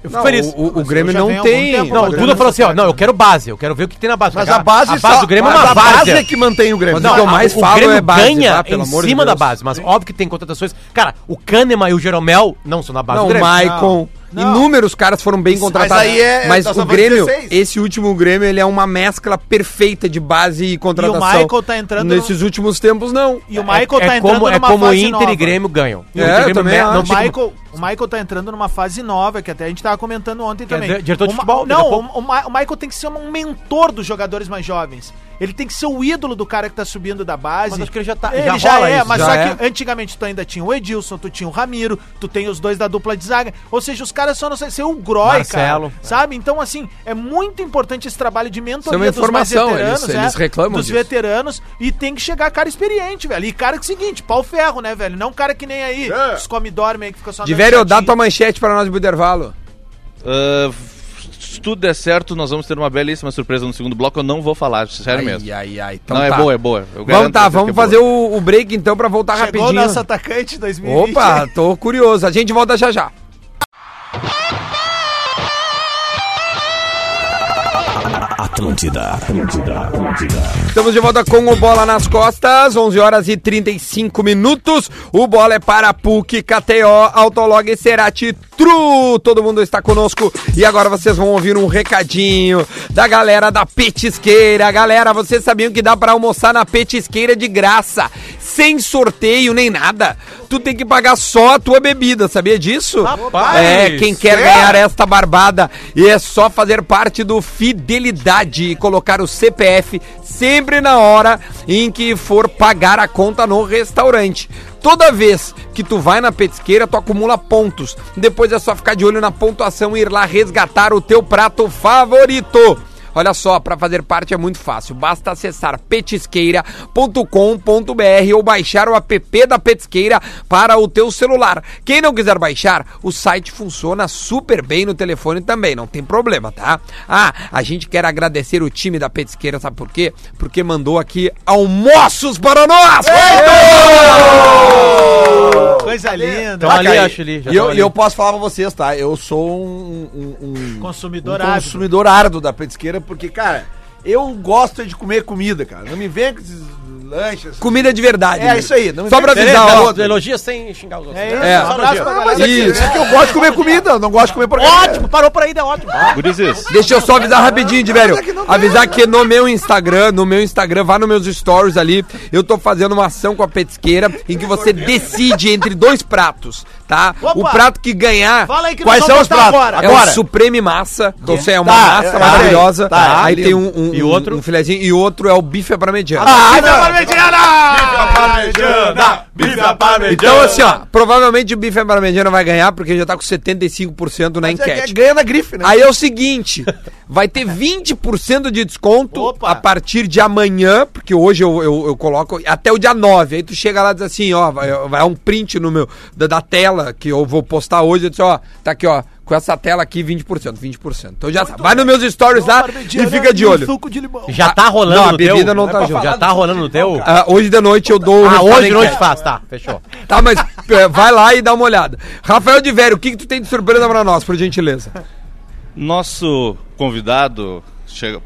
F: Eu fico
B: Não,
F: feliz.
B: o- o, o
D: Mas
B: Grêmio
D: já vem
B: não
D: há
B: tem.
D: algum tempo,
F: Não,
D: o
F: o
D: Grêmio
F: Duda falou assim, ó, não, eu quero base, eu quero ver o que tem na base.
C: Mas
B: Tá,
F: Cara,
C: a base
F: a base
C: só-
F: do Grêmio é uma
C: mas a base
F: várzea.
C: é que mantém o Grêmio.
B: Mas o que eu
F: a-
B: mais falo
F: Grêmio
B: é base,
F: ganha
B: tá? Pelo
F: em
B: amor de
F: cima da
B: Deus.
F: base, mas óbvio que tem contratações. Cara, o Kahneman e o Jeromel não são na base
B: Não, o
F: do Grêmio.
B: Maicon.
D: Não.
B: Inúmeros caras foram bem contratados. Mas,
E: aí é- nós
B: o
E: só vamos
B: Grêmio,
E: 16.
B: esse último Grêmio, ele é uma mescla perfeita de base e contratação.
D: E o Michael tá entrando no-
B: Nesses últimos tempos, não.
D: E o Michael
F: é,
D: tá
F: é
D: entrando
F: como, é
D: numa
F: como
D: fase
F: Inter
D: nova.
F: e Grêmio ganham. E
B: É,
F: o Inter e
B: eu
F: Grêmio
B: também
F: não
B: acho.
F: tinha
D: O
F: como-
D: Michael, o Michael tá entrando numa fase nova, que até a gente tava comentando ontem
F: Que é
D: também.
F: de- diretor de
D: O Ma-
F: futebol, daqui a
D: não, o,
F: pouco.
D: o Ma- o Michael tem que ser um mentor dos jogadores mais jovens. Ele tem que ser o ídolo do cara que tá subindo da base.
F: Mas acho que ele já tá-
D: Ele
F: já
D: já,
F: rola
D: é,
F: isso,
D: mas
B: já
D: só
B: é.
D: que antigamente tu ainda tinha o Edilson, tu tinha o Ramiro, tu tem os dois da dupla de zaga. Ou seja, os caras só não sei ser o Groy,
F: Marcelo.
D: cara. Sabe? Então, assim, é muito importante esse trabalho de mentoria
B: Isso é uma informação,
D: mais veteranos. é,
B: eles- eles reclamam
D: Dos
B: disso.
D: veteranos. E tem que chegar cara experiente, velho. E cara que é o seguinte, pau ferro, né, velho? Não cara que nem aí,
E: É.
D: os come e dorme aí, que fica só
B: De
D: dando
B: velho, eu dá
D: é chatinho.
B: tua manchete pra nós do intervalo.
G: Ah, se tudo der certo, nós vamos ter uma belíssima surpresa no segundo bloco. Eu não vou falar, sério É mesmo.
B: Ai, ai, ai. Então
G: Não,
B: tá.
G: é boa, é boa. Eu
B: Vamos
G: garanto pra
B: tá,
G: vocês que
B: vamos
G: é
B: fazer
G: boa.
B: o, o break então pra voltar
D: Chegou o
B: rapidinho.
D: nosso atacante 2020.
B: Opa, tô curioso. A gente volta já já.
A: Atlântida, Atlântida, Atlântida.
B: Estamos de volta com o Bola nas Costas, 11 horas e 35 minutos. O Bola é para PUC, KTO, Autolog e Cerati Tru. Todo mundo está conosco e agora vocês vão ouvir um recadinho da galera da Petisqueira. Galera, vocês sabiam que dá para almoçar na Petisqueira de graça, sem sorteio nem nada. Tu tem que pagar só a tua bebida, sabia disso?
F: Rapaz!
B: é, quem quer ganhar esta barbada e é só fazer parte do Fidelidade e colocar o CPF sempre na hora em que for pagar a conta no restaurante. Toda vez que tu vai na petisqueira, tu acumula pontos. Depois é só ficar de olho na pontuação e ir lá resgatar o teu prato favorito. Olha só, para fazer parte é muito fácil. Basta acessar petisqueira.com.br ou baixar o app da Petisqueira para o teu celular. Quem não quiser baixar, o site funciona super bem no telefone também, não tem problema, tá? Ah, a gente quer agradecer o time da Petisqueira, sabe por quê? Porque mandou aqui almoços para nós!
C: É.
D: é Coisa linda.
F: Então ali,
C: Caí.
F: acho ali. já
C: E eu,
F: tava
C: e
F: ali.
C: eu posso falar pra vocês, tá? Eu sou um, um- um-
D: Consumidor
C: um
D: ávido.
C: consumidor árduo da petisqueira, porque, cara, eu gosto é de comer comida, cara. Não me venha com esses lanches.
B: Comida de verdade. né?
C: É, isso aí, não é me
B: Só pra
C: interessa,
B: avisar, ó.
C: garoto.
F: Elogia sem xingar os outros.
D: É
F: né?
D: isso,
B: É.
D: um abraço pra
C: Ah,
D: galera.
C: mas é que,
B: Isso.
C: é que eu gosto de comer comida, eu não gosto de comer porcaria.
D: Ótimo, parou por aí, é ótimo.
G: Gurizes,
B: Deixa eu só avisar rapidinho, de velho.
C: mas é que não tem,
B: Avisar que no meu Instagram, no meu Instagram, vá nos meus stories ali. Eu tô fazendo uma ação com a petisqueira em que você decide entre dois pratos, tá?
D: Opa!
B: O prato que ganhar
D: Fala aí que
C: Quais
D: nós
C: são
D: vamos
C: os
D: botar
C: pratos?
D: agora.
B: é o
C: Agora.
B: Supreme Massa. Então, você é uma
C: Tá,
B: massa
C: eu- eu sei.
B: maravilhosa.
C: Tá,
B: aí
C: lindo.
B: tem um, um,
F: E outro?
B: um filezinho. E outro é o bife à parmegiana.
C: Ah,
D: Ah,
C: não,
E: parmegiana! Bife à parmegiana!
B: Então, assim,
C: é.
B: ó, provavelmente o bife à parmegiana vai ganhar, porque já tá com 75% na enquete.
C: é ganha na grife, né?
B: Aí é o seguinte, vai ter 20% de desconto
D: Opa!
B: a partir de amanhã, porque hoje eu, eu, eu coloco até o dia 9. Aí tu chega lá e diz assim, ó, vai, vai um print no meu, da, da tela que eu vou postar hoje, eu disse, ó, tá aqui, ó, com essa tela aqui, 20%, 20%. Então já sabe, vai nos meus stories lá e
C: né?
B: fica de olho.
D: um Suco de limão.
F: Já tá rolando
B: Ah, Não, a
F: no
B: bebida
F: teu?
B: não tá junto.
F: Já tá rolando no teu?
B: Ah, hoje de noite eu dou o
F: Ah,
B: resultado
F: hoje
B: da
F: não te
B: enquete.
F: faz, tá, fechou.
B: Tá, mas é, vai lá e dá uma olhada. Rafael de Vério, o que, que tu tem de surpresa pra nós, por gentileza?
G: Nosso convidado chega-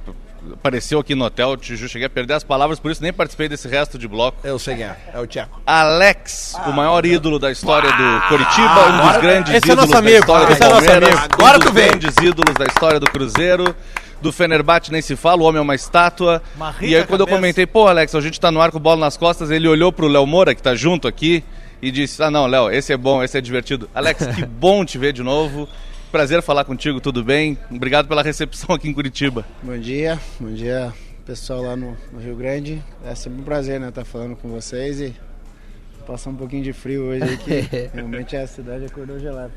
G: apareceu aqui no hotel, Tiju, cheguei a perder as palavras, por isso nem participei desse resto de bloco.
C: Eu sei quem é, é o Tcheco.
G: Alex, Ah, o maior ídolo da história do Coritiba, um dos grandes
F: Esse é
G: ídolos
F: nosso amigo,
G: da história
F: esse
G: do
F: é nosso
G: Palmeiras,
F: amigo.
G: agora um dos grandes ídolos da história do Cruzeiro, do Fenerbahçe nem se fala, o homem é uma estátua.
D: Uma rica
G: e aí quando eu
D: cabeça.
G: comentei, pô Alex, a gente tá no ar com bola nas costas, ele olhou pro Léo Moura, que tá junto aqui, e disse, ah não, Léo, esse é bom, esse é divertido. Alex, que bom te ver de novo. Prazer falar contigo, tudo bem? Obrigado pela recepção aqui em Curitiba.
H: Bom dia, bom dia pessoal lá no, no Rio Grande. É sempre um prazer, né, estar falando com vocês e passar um pouquinho de frio hoje aí que realmente a cidade acordou gelada.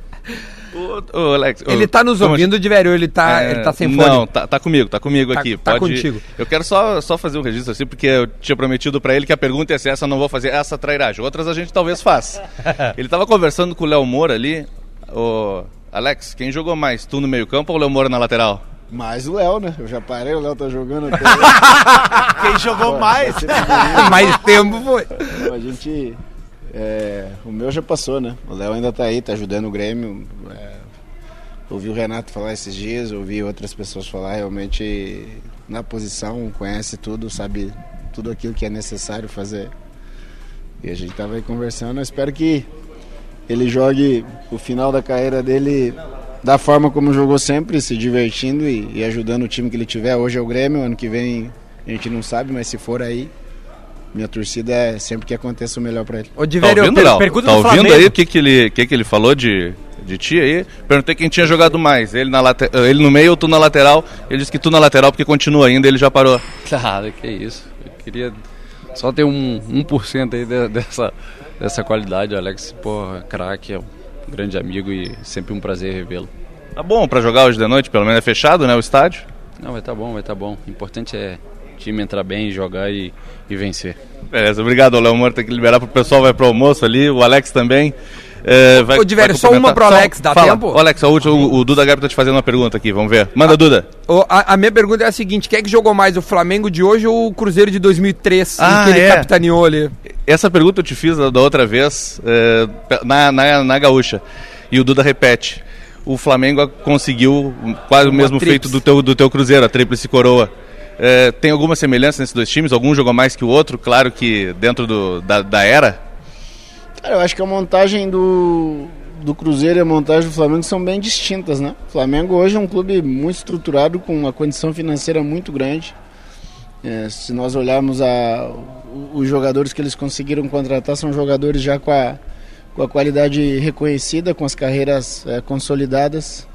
G: Ô, ô, Alex, ô,
B: Ele tá nos
G: como a
B: ouvindo de Vério, ele tá,
G: É,
B: ele tá sem fone.
G: Não, tá, tá comigo, tá comigo
B: Tá-
G: aqui.
B: tá contigo.
G: Eu quero só, só fazer um registro assim, porque eu tinha prometido pra ele que a pergunta é se essa eu não vou fazer essa trairagem. Outras a gente talvez faça. ele tava conversando com o Léo Moura ali. Ô, Alex, quem jogou mais? Tu no meio-campo ou o Léo Moura na lateral?
H: Mas o Léo, né? Eu já parei, o Léo tá jogando até.
D: Quem jogou mais?
G: Tá
B: Mais tempo foi.
H: Então, a gente. é, o meu já passou, né? O Léo ainda tá aí, tá ajudando o Grêmio. é, ouvi o Renato falar esses dias, ouvi outras pessoas falar, realmente na posição, conhece tudo, sabe tudo aquilo que é necessário fazer. E a gente tava aí conversando, eu espero que ele jogue o final da carreira dele da forma como jogou sempre, se divertindo e, e ajudando o time que ele tiver. Hoje é o Grêmio, ano que vem a gente não sabe, mas se for aí, minha torcida é sempre que aconteça o melhor pra ele.
B: Ô, de
G: Tá
B: Vério,
G: ouvindo, Léo?
F: pergunta
G: Tá
F: do
G: ouvindo
F: Flamengo.
G: aí o que, que, ele, o que, que ele falou de, de ti aí? Perguntei quem tinha jogado mais. Ele, na late- eh, ele no meio ou tu na lateral? Ele disse que tu na lateral porque continua ainda, ele já parou.
I: Cara, que isso. Eu queria só ter um 1% aí de- dessa, dessa qualidade. O Alex, porra, craque, é um grande amigo e sempre um prazer revê-lo.
G: Tá bom pra jogar hoje de noite, pelo menos é fechado, né, o estádio?
I: Não, vai tá bom, vai tá bom. O importante é o time entrar bem, jogar e, e vencer.
G: Beleza, obrigado, Léo Moura. Tem que liberar pro pessoal, vai pro almoço ali, o Alex também. É, vai,
B: Ô, Diverio,
G: vai
B: só uma pro
G: complementar.
B: Alex, dá
G: fala.
B: tempo? Ah.
G: Ô, Alex, a última, o, o Duda Gabi tá te fazendo uma pergunta aqui, vamos ver. Manda, Duda.
B: Ô, a, a minha pergunta é a seguinte: quem é que jogou mais, o Flamengo de hoje ou o Cruzeiro de 2003,
G: Ah,
B: em que ele
G: é.
B: capitaneou ali?
G: Essa pergunta eu te fiz da da outra vez é, na, na, na Gaúcha. E o Duda repete. O Flamengo conseguiu quase o
B: Uma
G: mesmo
B: tríplice.
G: feito do teu, do teu Cruzeiro, a tríplice coroa. É, tem alguma semelhança nesses dois times? Algum jogou mais que o outro? Claro que dentro do, da, da era.
H: Cara, eu acho que a montagem do, do Cruzeiro e a montagem do Flamengo são bem distintas, né? O Flamengo hoje é um clube muito estruturado, com uma condição financeira muito grande. É, se nós olharmos a, o- os jogadores que eles conseguiram contratar, são jogadores já com a, com a qualidade reconhecida, com as carreiras é, consolidadas.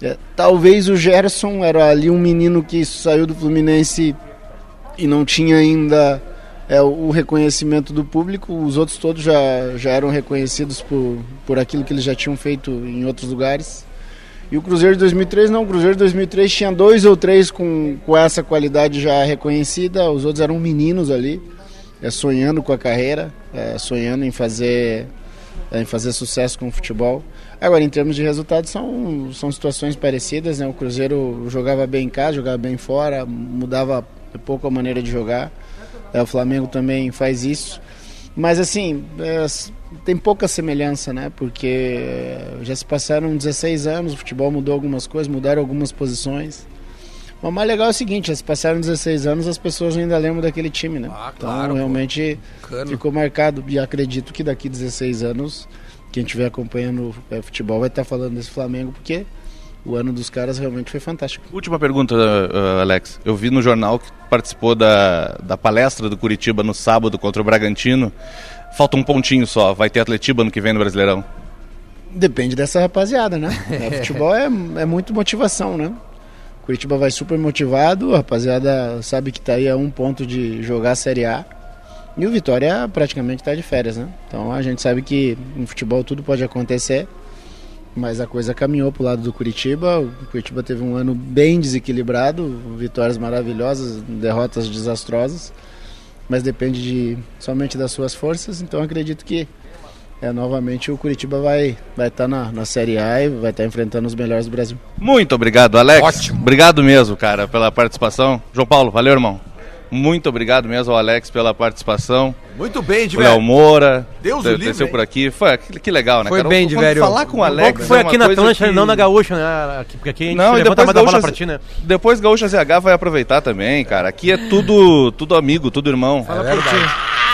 H: É, talvez o Gerson era ali um menino que saiu do Fluminense e não tinha ainda é, o reconhecimento do público, os outros todos já, já eram reconhecidos por, por aquilo que eles já tinham feito em outros lugares. E o Cruzeiro de 2003, não, o Cruzeiro de 2003 tinha dois ou três com, com essa qualidade já reconhecida, os outros eram meninos ali, é, sonhando com a carreira, é, sonhando em fazer, é, em fazer sucesso com o futebol. Agora, em termos de resultados, são, são situações parecidas, né? O Cruzeiro jogava bem em casa, jogava bem fora, mudava um pouco a maneira de jogar. É, o Flamengo também faz isso. Mas assim, é, s- tem pouca semelhança, né? Porque é, já se passaram 16 anos, o futebol mudou algumas coisas, mudaram algumas posições. Mas o mais legal é o seguinte, já se passaram 16 anos, as pessoas ainda lembram daquele time, né?
B: Ah, claro, pô.
H: então, realmente ficou marcado. E acredito que daqui 16 anos, quem estiver acompanhando é, futebol vai estar falando desse Flamengo, porque o ano dos caras realmente foi fantástico.
G: Última pergunta, uh, uh, Alex. Eu vi no jornal que participou da, da palestra do Curitiba no sábado contra o Bragantino. Falta um pontinho só. Vai ter Atletiba no que vem no Brasileirão.
H: Depende dessa rapaziada, né? É, futebol é, é muito motivação, né? Curitiba vai super motivado, a rapaziada sabe que tá aí a um ponto de jogar a Série A. E o Vitória praticamente está de férias, né? Então a gente sabe que no futebol tudo pode acontecer, mas a coisa caminhou pro lado do Curitiba. O Curitiba teve um ano bem desequilibrado, vitórias maravilhosas, derrotas desastrosas, mas depende de, somente das suas forças. Então acredito que é, novamente o Curitiba vai vai estar na, na Série A e vai estar enfrentando os melhores do Brasil.
G: Muito obrigado, Alex. Ótimo. Obrigado mesmo, cara, pela participação. João Paulo, valeu, irmão. Muito obrigado mesmo ao Alex pela participação.
J: Muito bem, de
G: O Léo Moura.
J: Deus o
G: te-
J: livre,
G: Desceu
J: hein?
G: por aqui. Foi, que, que legal, né,
B: Foi
G: cara?
B: bem,
G: Quando
B: de velho.
G: falar com o
F: Bom que
G: Alex
F: foi
G: é uma
F: aqui na
G: coisa
F: Atlântica,
G: que-
F: não na Gaúcha, né? Aqui- Porque aqui a gente
G: Não, e
F: levanta
G: depois
F: mais a bola
G: Gaúcha,
F: pra ti, né?
G: depois Gaúcha ZH vai aproveitar também, cara. Aqui é tudo, tudo amigo, tudo irmão.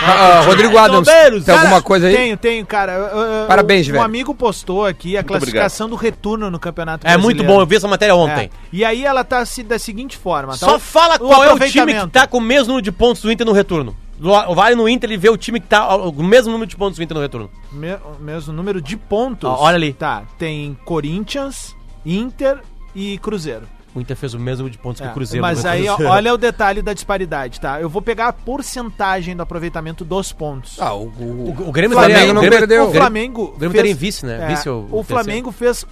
B: Ah, ah, Rodrigo Adams,
F: Tombeiros,
B: tem
F: cara,
B: alguma coisa aí?
D: Tenho, tenho, cara. Eu- eu-
B: Parabéns,
D: um
B: velho.
D: amigo postou aqui a
G: obrigado.
D: classificação do retorno no Campeonato
F: É muito bom, eu vi essa matéria ontem.
D: É. E aí ela tá se, da seguinte forma. tá?
F: Só
D: O-
F: fala qual é o time
D: aproveitamento.
F: que tá com o mesmo número de pontos do Inter no retorno. Lo- Vai no Inter e vê o time que tá ao- com o mesmo número de pontos do Inter no retorno.
D: Me- o mesmo número de pontos.
F: Ó, Ah, olha ali.
D: Tá, tem Corinthians, Inter e Cruzeiro.
F: O Inter fez o mesmo número de pontos que
D: É,
F: o Cruzeiro.
D: mas
F: no
D: aí, ó,
F: retorno.
D: olha o detalhe da disparidade, tá? Eu vou pegar a porcentagem do aproveitamento dos pontos.
B: Ah, o, o-
F: O, o Grêmio
B: Flamengo
F: estaria-
B: não
F: o Grêmio-
B: perdeu.
D: O Flamengo.
F: O Grêmio
D: fez-
F: teria em vice, né?
D: é,
F: Vice ou
D: o Flamengo fez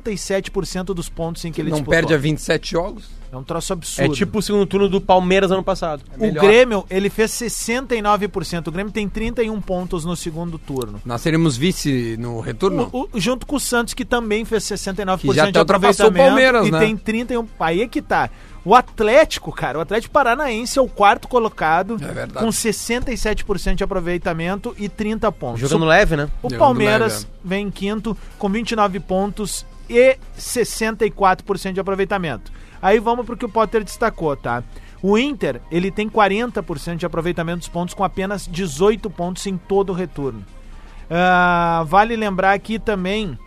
D: 87% dos pontos em que ele
B: não
D: disputou.
B: perde a 27 jogos.
D: É um troço absurdo.
F: É tipo o segundo turno do Palmeiras ano passado.
D: O
B: melhor.
D: Grêmio, ele fez 69%. O Grêmio tem 31 pontos no segundo turno.
B: Nós seremos vice no retorno?
D: O- o- junto com o Santos, que também fez 69%
B: Que já até
D: de
B: ultrapassou o
D: aproveitamento
B: Palmeiras,
D: e
B: né?
D: tem 31. Aí é que tá. O Atlético, cara, o Atlético Paranaense é o quarto colocado,
B: É verdade.
D: com 67% de aproveitamento e 30 pontos.
F: Jogando leve, né?
D: O
B: Jogando
D: Palmeiras
B: leve,
D: vem em quinto com 29 pontos e 64% de aproveitamento. Aí vamos pro que o Potter destacou, tá? O Inter, ele tem 40% de aproveitamento dos pontos com apenas 18 pontos em todo o retorno. Ah, vale lembrar aqui também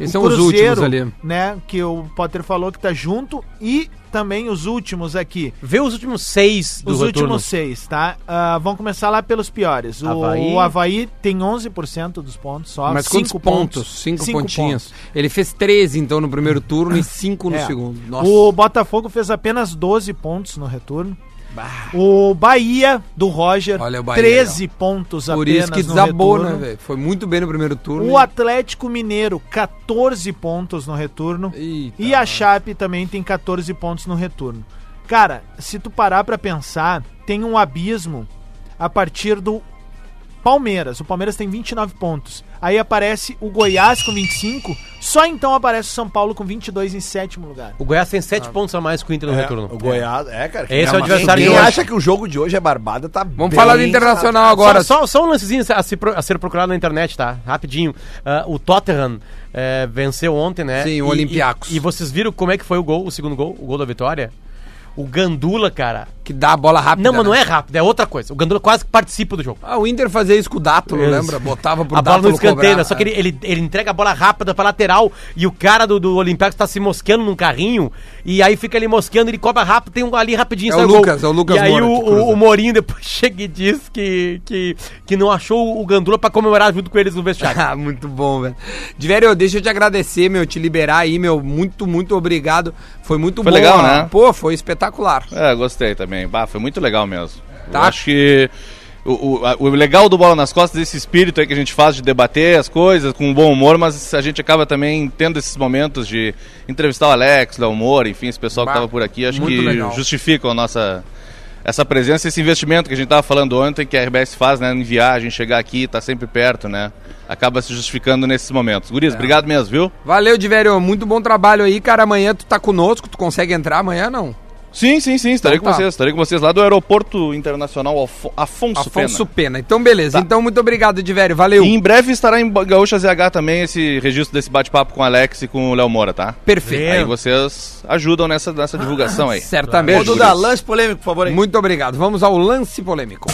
B: Esses
D: o
B: são os últimos ali.
D: né, que o Potter falou que tá junto e também os últimos aqui.
F: Vê os últimos seis do
D: Os
F: retorno.
D: últimos seis, tá? Ah, vamos começar lá pelos piores. O
F: Avaí.
D: Havaí, o Havaí tem 11% dos pontos só.
B: Mas quantos
D: cinco
B: pontos? Cinco, pontinhos. Ele fez 13, então, no primeiro turno e 5 no
D: É.
B: segundo.
D: O Botafogo fez apenas 12 pontos no retorno. O Bahia do Roger,
B: Olha o Bahia,
D: 13 pontos
B: Por
D: apenas
B: isso que
D: no
B: desabou, né,
D: retorno.
B: velho? Foi muito bem no primeiro turno.
D: O Atlético Mineiro, 14 pontos no retorno.
B: Eita,
D: E a Chape também tem 14 pontos no retorno. Cara, se tu parar pra pensar, tem um abismo a partir do Palmeiras. O Palmeiras tem 29 pontos. Aí aparece o Goiás com 25. Só então aparece o São Paulo com 22 em sétimo lugar.
F: O Goiás tem sete pontos a mais que o Inter no
C: É,
F: retorno.
C: o Goiás, é, cara. que
F: Esse é o
C: uma-
F: adversário
C: Quem
F: de hoje.
C: acha que o jogo de hoje é barbada, tá
B: Vamos falar do Internacional agora.
F: Só, só- só um lancezinho a, se pro- a ser procurado na internet, tá? Rapidinho. Ah, o Tottenham eh, venceu ontem, né?
B: Sim, o
F: E-
B: Olympiacos.
F: E, e vocês viram como é que foi o gol, o segundo gol, o gol da vitória? O Gandula, cara.
B: Que dá a bola rápida.
F: não, mas não
B: né?
F: é rápido, é outra coisa. O Gandula quase que participa do jogo.
B: Ah, o Inter fazia isso com o Dátulo,
F: Isso.
B: lembra? Botava pro
F: a bola no
B: Dátulo
F: escanteio,
B: cobrar.
F: né? só que ele, ele, ele entrega a bola rápida pra lateral e o cara do, do Olympiacos tá se mosqueando num carrinho e aí fica ele mosqueando, ele cobra rápido, tem um ali rapidinho,
B: É o
F: gol.
B: Lucas, é o Lucas
F: E aí
B: Moura
F: o,
B: que cruza.
F: o, o Morinho depois chega e diz que, que, que não achou o Gandula pra comemorar junto com eles no vestiário.
B: Ah, muito bom, velho. Diverio, deixa eu te agradecer, meu, te liberar aí, meu. Muito, muito obrigado. Foi muito
G: Foi
B: bom.
G: legal, né?
B: Pô, foi espetacular.
G: É, gostei também. Bah, foi muito legal mesmo.
B: Tá.
G: Eu acho que o, o, a- o legal do Bola nas Costas é esse espírito aí que a gente faz de debater as coisas com bom humor, mas a gente acaba também tendo esses momentos de entrevistar o Alex, Léo Moura, enfim, esse pessoal
B: Bah,
G: que tava por aqui. Acho
B: muito
G: que
B: legal.
G: justificam a nossa... Essa presença, esse investimento que a gente tava falando ontem, que a RBS faz, né? Em viagem, chegar aqui, tá sempre perto, né? Acaba se justificando nesses momentos.
B: É.
G: Gurias, obrigado mesmo, viu?
B: Valeu, Diverio. Muito bom trabalho aí, cara. Amanhã tu tá conosco, tu consegue entrar amanhã, não?
G: Sim, sim, sim, estarei
B: Então
G: com
B: tá.
G: vocês, estarei com vocês lá do Aeroporto Internacional Afo- Afonso,
B: Afonso
G: Pena.
B: Pena. Então, beleza.
G: Tá.
B: Então, muito obrigado, Diverio. Valeu.
G: E em breve estará em Gaúcha ZH também esse registro desse bate-papo com o Alex e com o Léo Moura, tá?
B: Perfeito.
G: Aí vocês ajudam nessa, nessa divulgação aí.
B: Certamente.
J: Ô,
G: Beijo,
J: Duda,
G: guris.
J: lance polêmico, por favor, aí.
B: Muito obrigado. Vamos ao lance polêmico.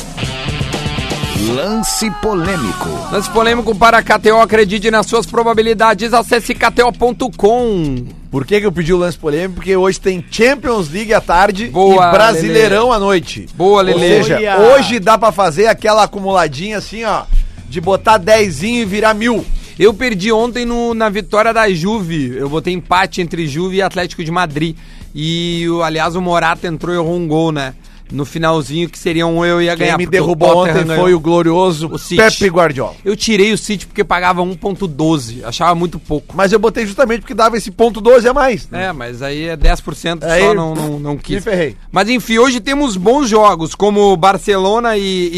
A: Lance polêmico.
B: Lance polêmico para a KTO. Acredite nas suas probabilidades. Acesse kto.com.
C: Por que, que eu pedi o lance polêmico? Porque hoje tem Champions League à tarde
B: Boa,
C: e Brasileirão à noite.
B: Boa,
C: Ou
B: Lele.
C: seja,
D: Olha.
C: hoje dá pra fazer aquela acumuladinha assim, ó, de botar dezinho e virar mil.
B: Eu perdi ontem no- na vitória da Juve. Eu botei empate entre Juve e Atlético de Madrid. E, o- aliás, o Morata entrou e errou um gol, né? no finalzinho que seriam eu e a ganhar.
C: Quem me
B: é porque o
C: derrubou
B: Tottenham
C: ontem
B: ganhou.
C: foi o glorioso
B: O City.
C: Pepe Guardiola.
B: Eu tirei o City porque pagava 1.12, achava muito pouco.
C: Mas eu botei justamente porque dava esse ponto 12 a mais.
B: É, mas aí é 10%
C: Aí
B: só, não, não, não
C: Me
B: quis.
C: ferrei.
B: Mas enfim, hoje temos bons jogos, como Barcelona e,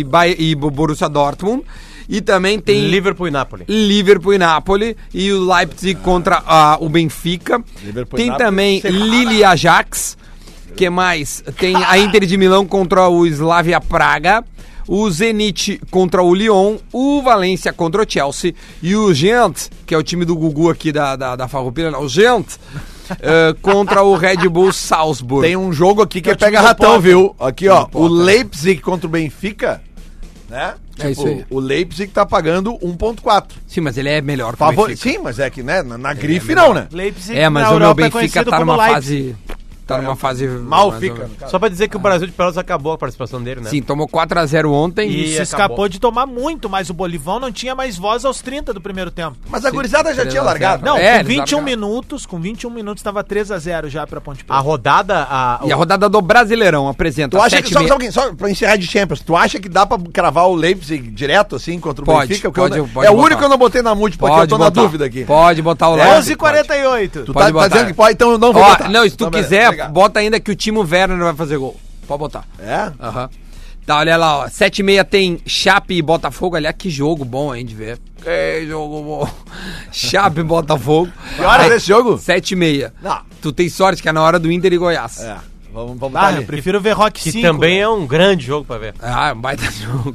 B: e, Bay- e Borussia Dortmund. E também tem
F: Liverpool e Napoli.
B: Liverpool e Napoli e o Leipzig contra ah, o Benfica.
C: Liverpool e
B: Tem
C: Napoli,
B: também Lille e Ajax. Que mais? Tem a Inter de Milão contra o Slavia Praga, o Zenit contra o Lyon, o Valência contra o Chelsea e o Gent, que é o time do Gugu aqui da da, da Farroupilha, não, o Gent eh, contra o Red Bull Salzburg.
C: Tem um jogo aqui que é
D: o time
C: pega
D: do
C: ratão,
D: Potter.
C: viu? Aqui, ó. O Leipzig contra o Benfica, né?
B: É isso aí.
C: O Leipzig tá pagando 1.4.
B: Sim, mas ele é melhor. que o
C: Favor...
B: Benfica.
C: Sim, mas é que, né? Na, na grife não, né?
D: Leipzig
B: É, mas
D: na
B: o meu
D: Europa é
B: Benfica
D: conhecido
B: tá
D: como
B: numa
D: Leipzig.
B: fase tá numa fase
C: Mal
B: mais ou
C: fica.
B: menos.
F: Só pra dizer que o Brasil de Pelotas acabou a participação dele, né?
B: Sim, tomou 4x0 ontem.
D: E, se
F: acabou.
D: escapou de tomar muito, mas o Bolivão não tinha mais voz aos 30 do primeiro tempo.
C: Mas a gurizada já tinha largado.
D: Não,
B: É,
D: com
B: eles
D: 21
B: largaram.
D: minutos, com 21 minutos estava 3 a 0 já para Ponte
F: A
D: Preta.
F: rodada... A,
B: E a rodada do Brasileirão apresenta.
C: Tu acha que,
B: tá sete me-
C: só, só, um alguém- só pra encerrar de Champions, tu acha que dá pra cravar o Leipzig direto, assim, contra o
B: Pode,
C: Benfica? Porque
B: pode,
C: eu,
B: pode
C: é o
B: botar.
C: único que eu não botei na múltipla aqui, eu tô na dúvida aqui. É
B: Pode botar o Leipzig,
D: 11 48
C: Tu
B: pode
C: tá, tá
B: botar.
C: dizendo que pode, então eu não
B: pode.
C: vou
B: Ó,
C: botar.
B: Não, se tu
C: Então, beleza,
B: quiser,
C: obrigado.
B: bota ainda que o time Werner vai fazer gol. Pode botar.
C: É?
B: Aham. Tá, olha lá, ó. 7 e meia tem Chape e Botafogo. Aliás, que jogo bom, hein, de ver. Que jogo bom. Chape e Botafogo.
C: Que horas é esse jogo?
B: 7 e meia.
C: Não.
B: Tu tem sorte que é na hora do Inter e Goiás.
C: É, vamos, vamos
D: Ah,
C: botar
D: eu prefiro ver Rock né?
F: que
D: 5.
F: também é um grande jogo pra ver.
B: Ah, é um baita jogo.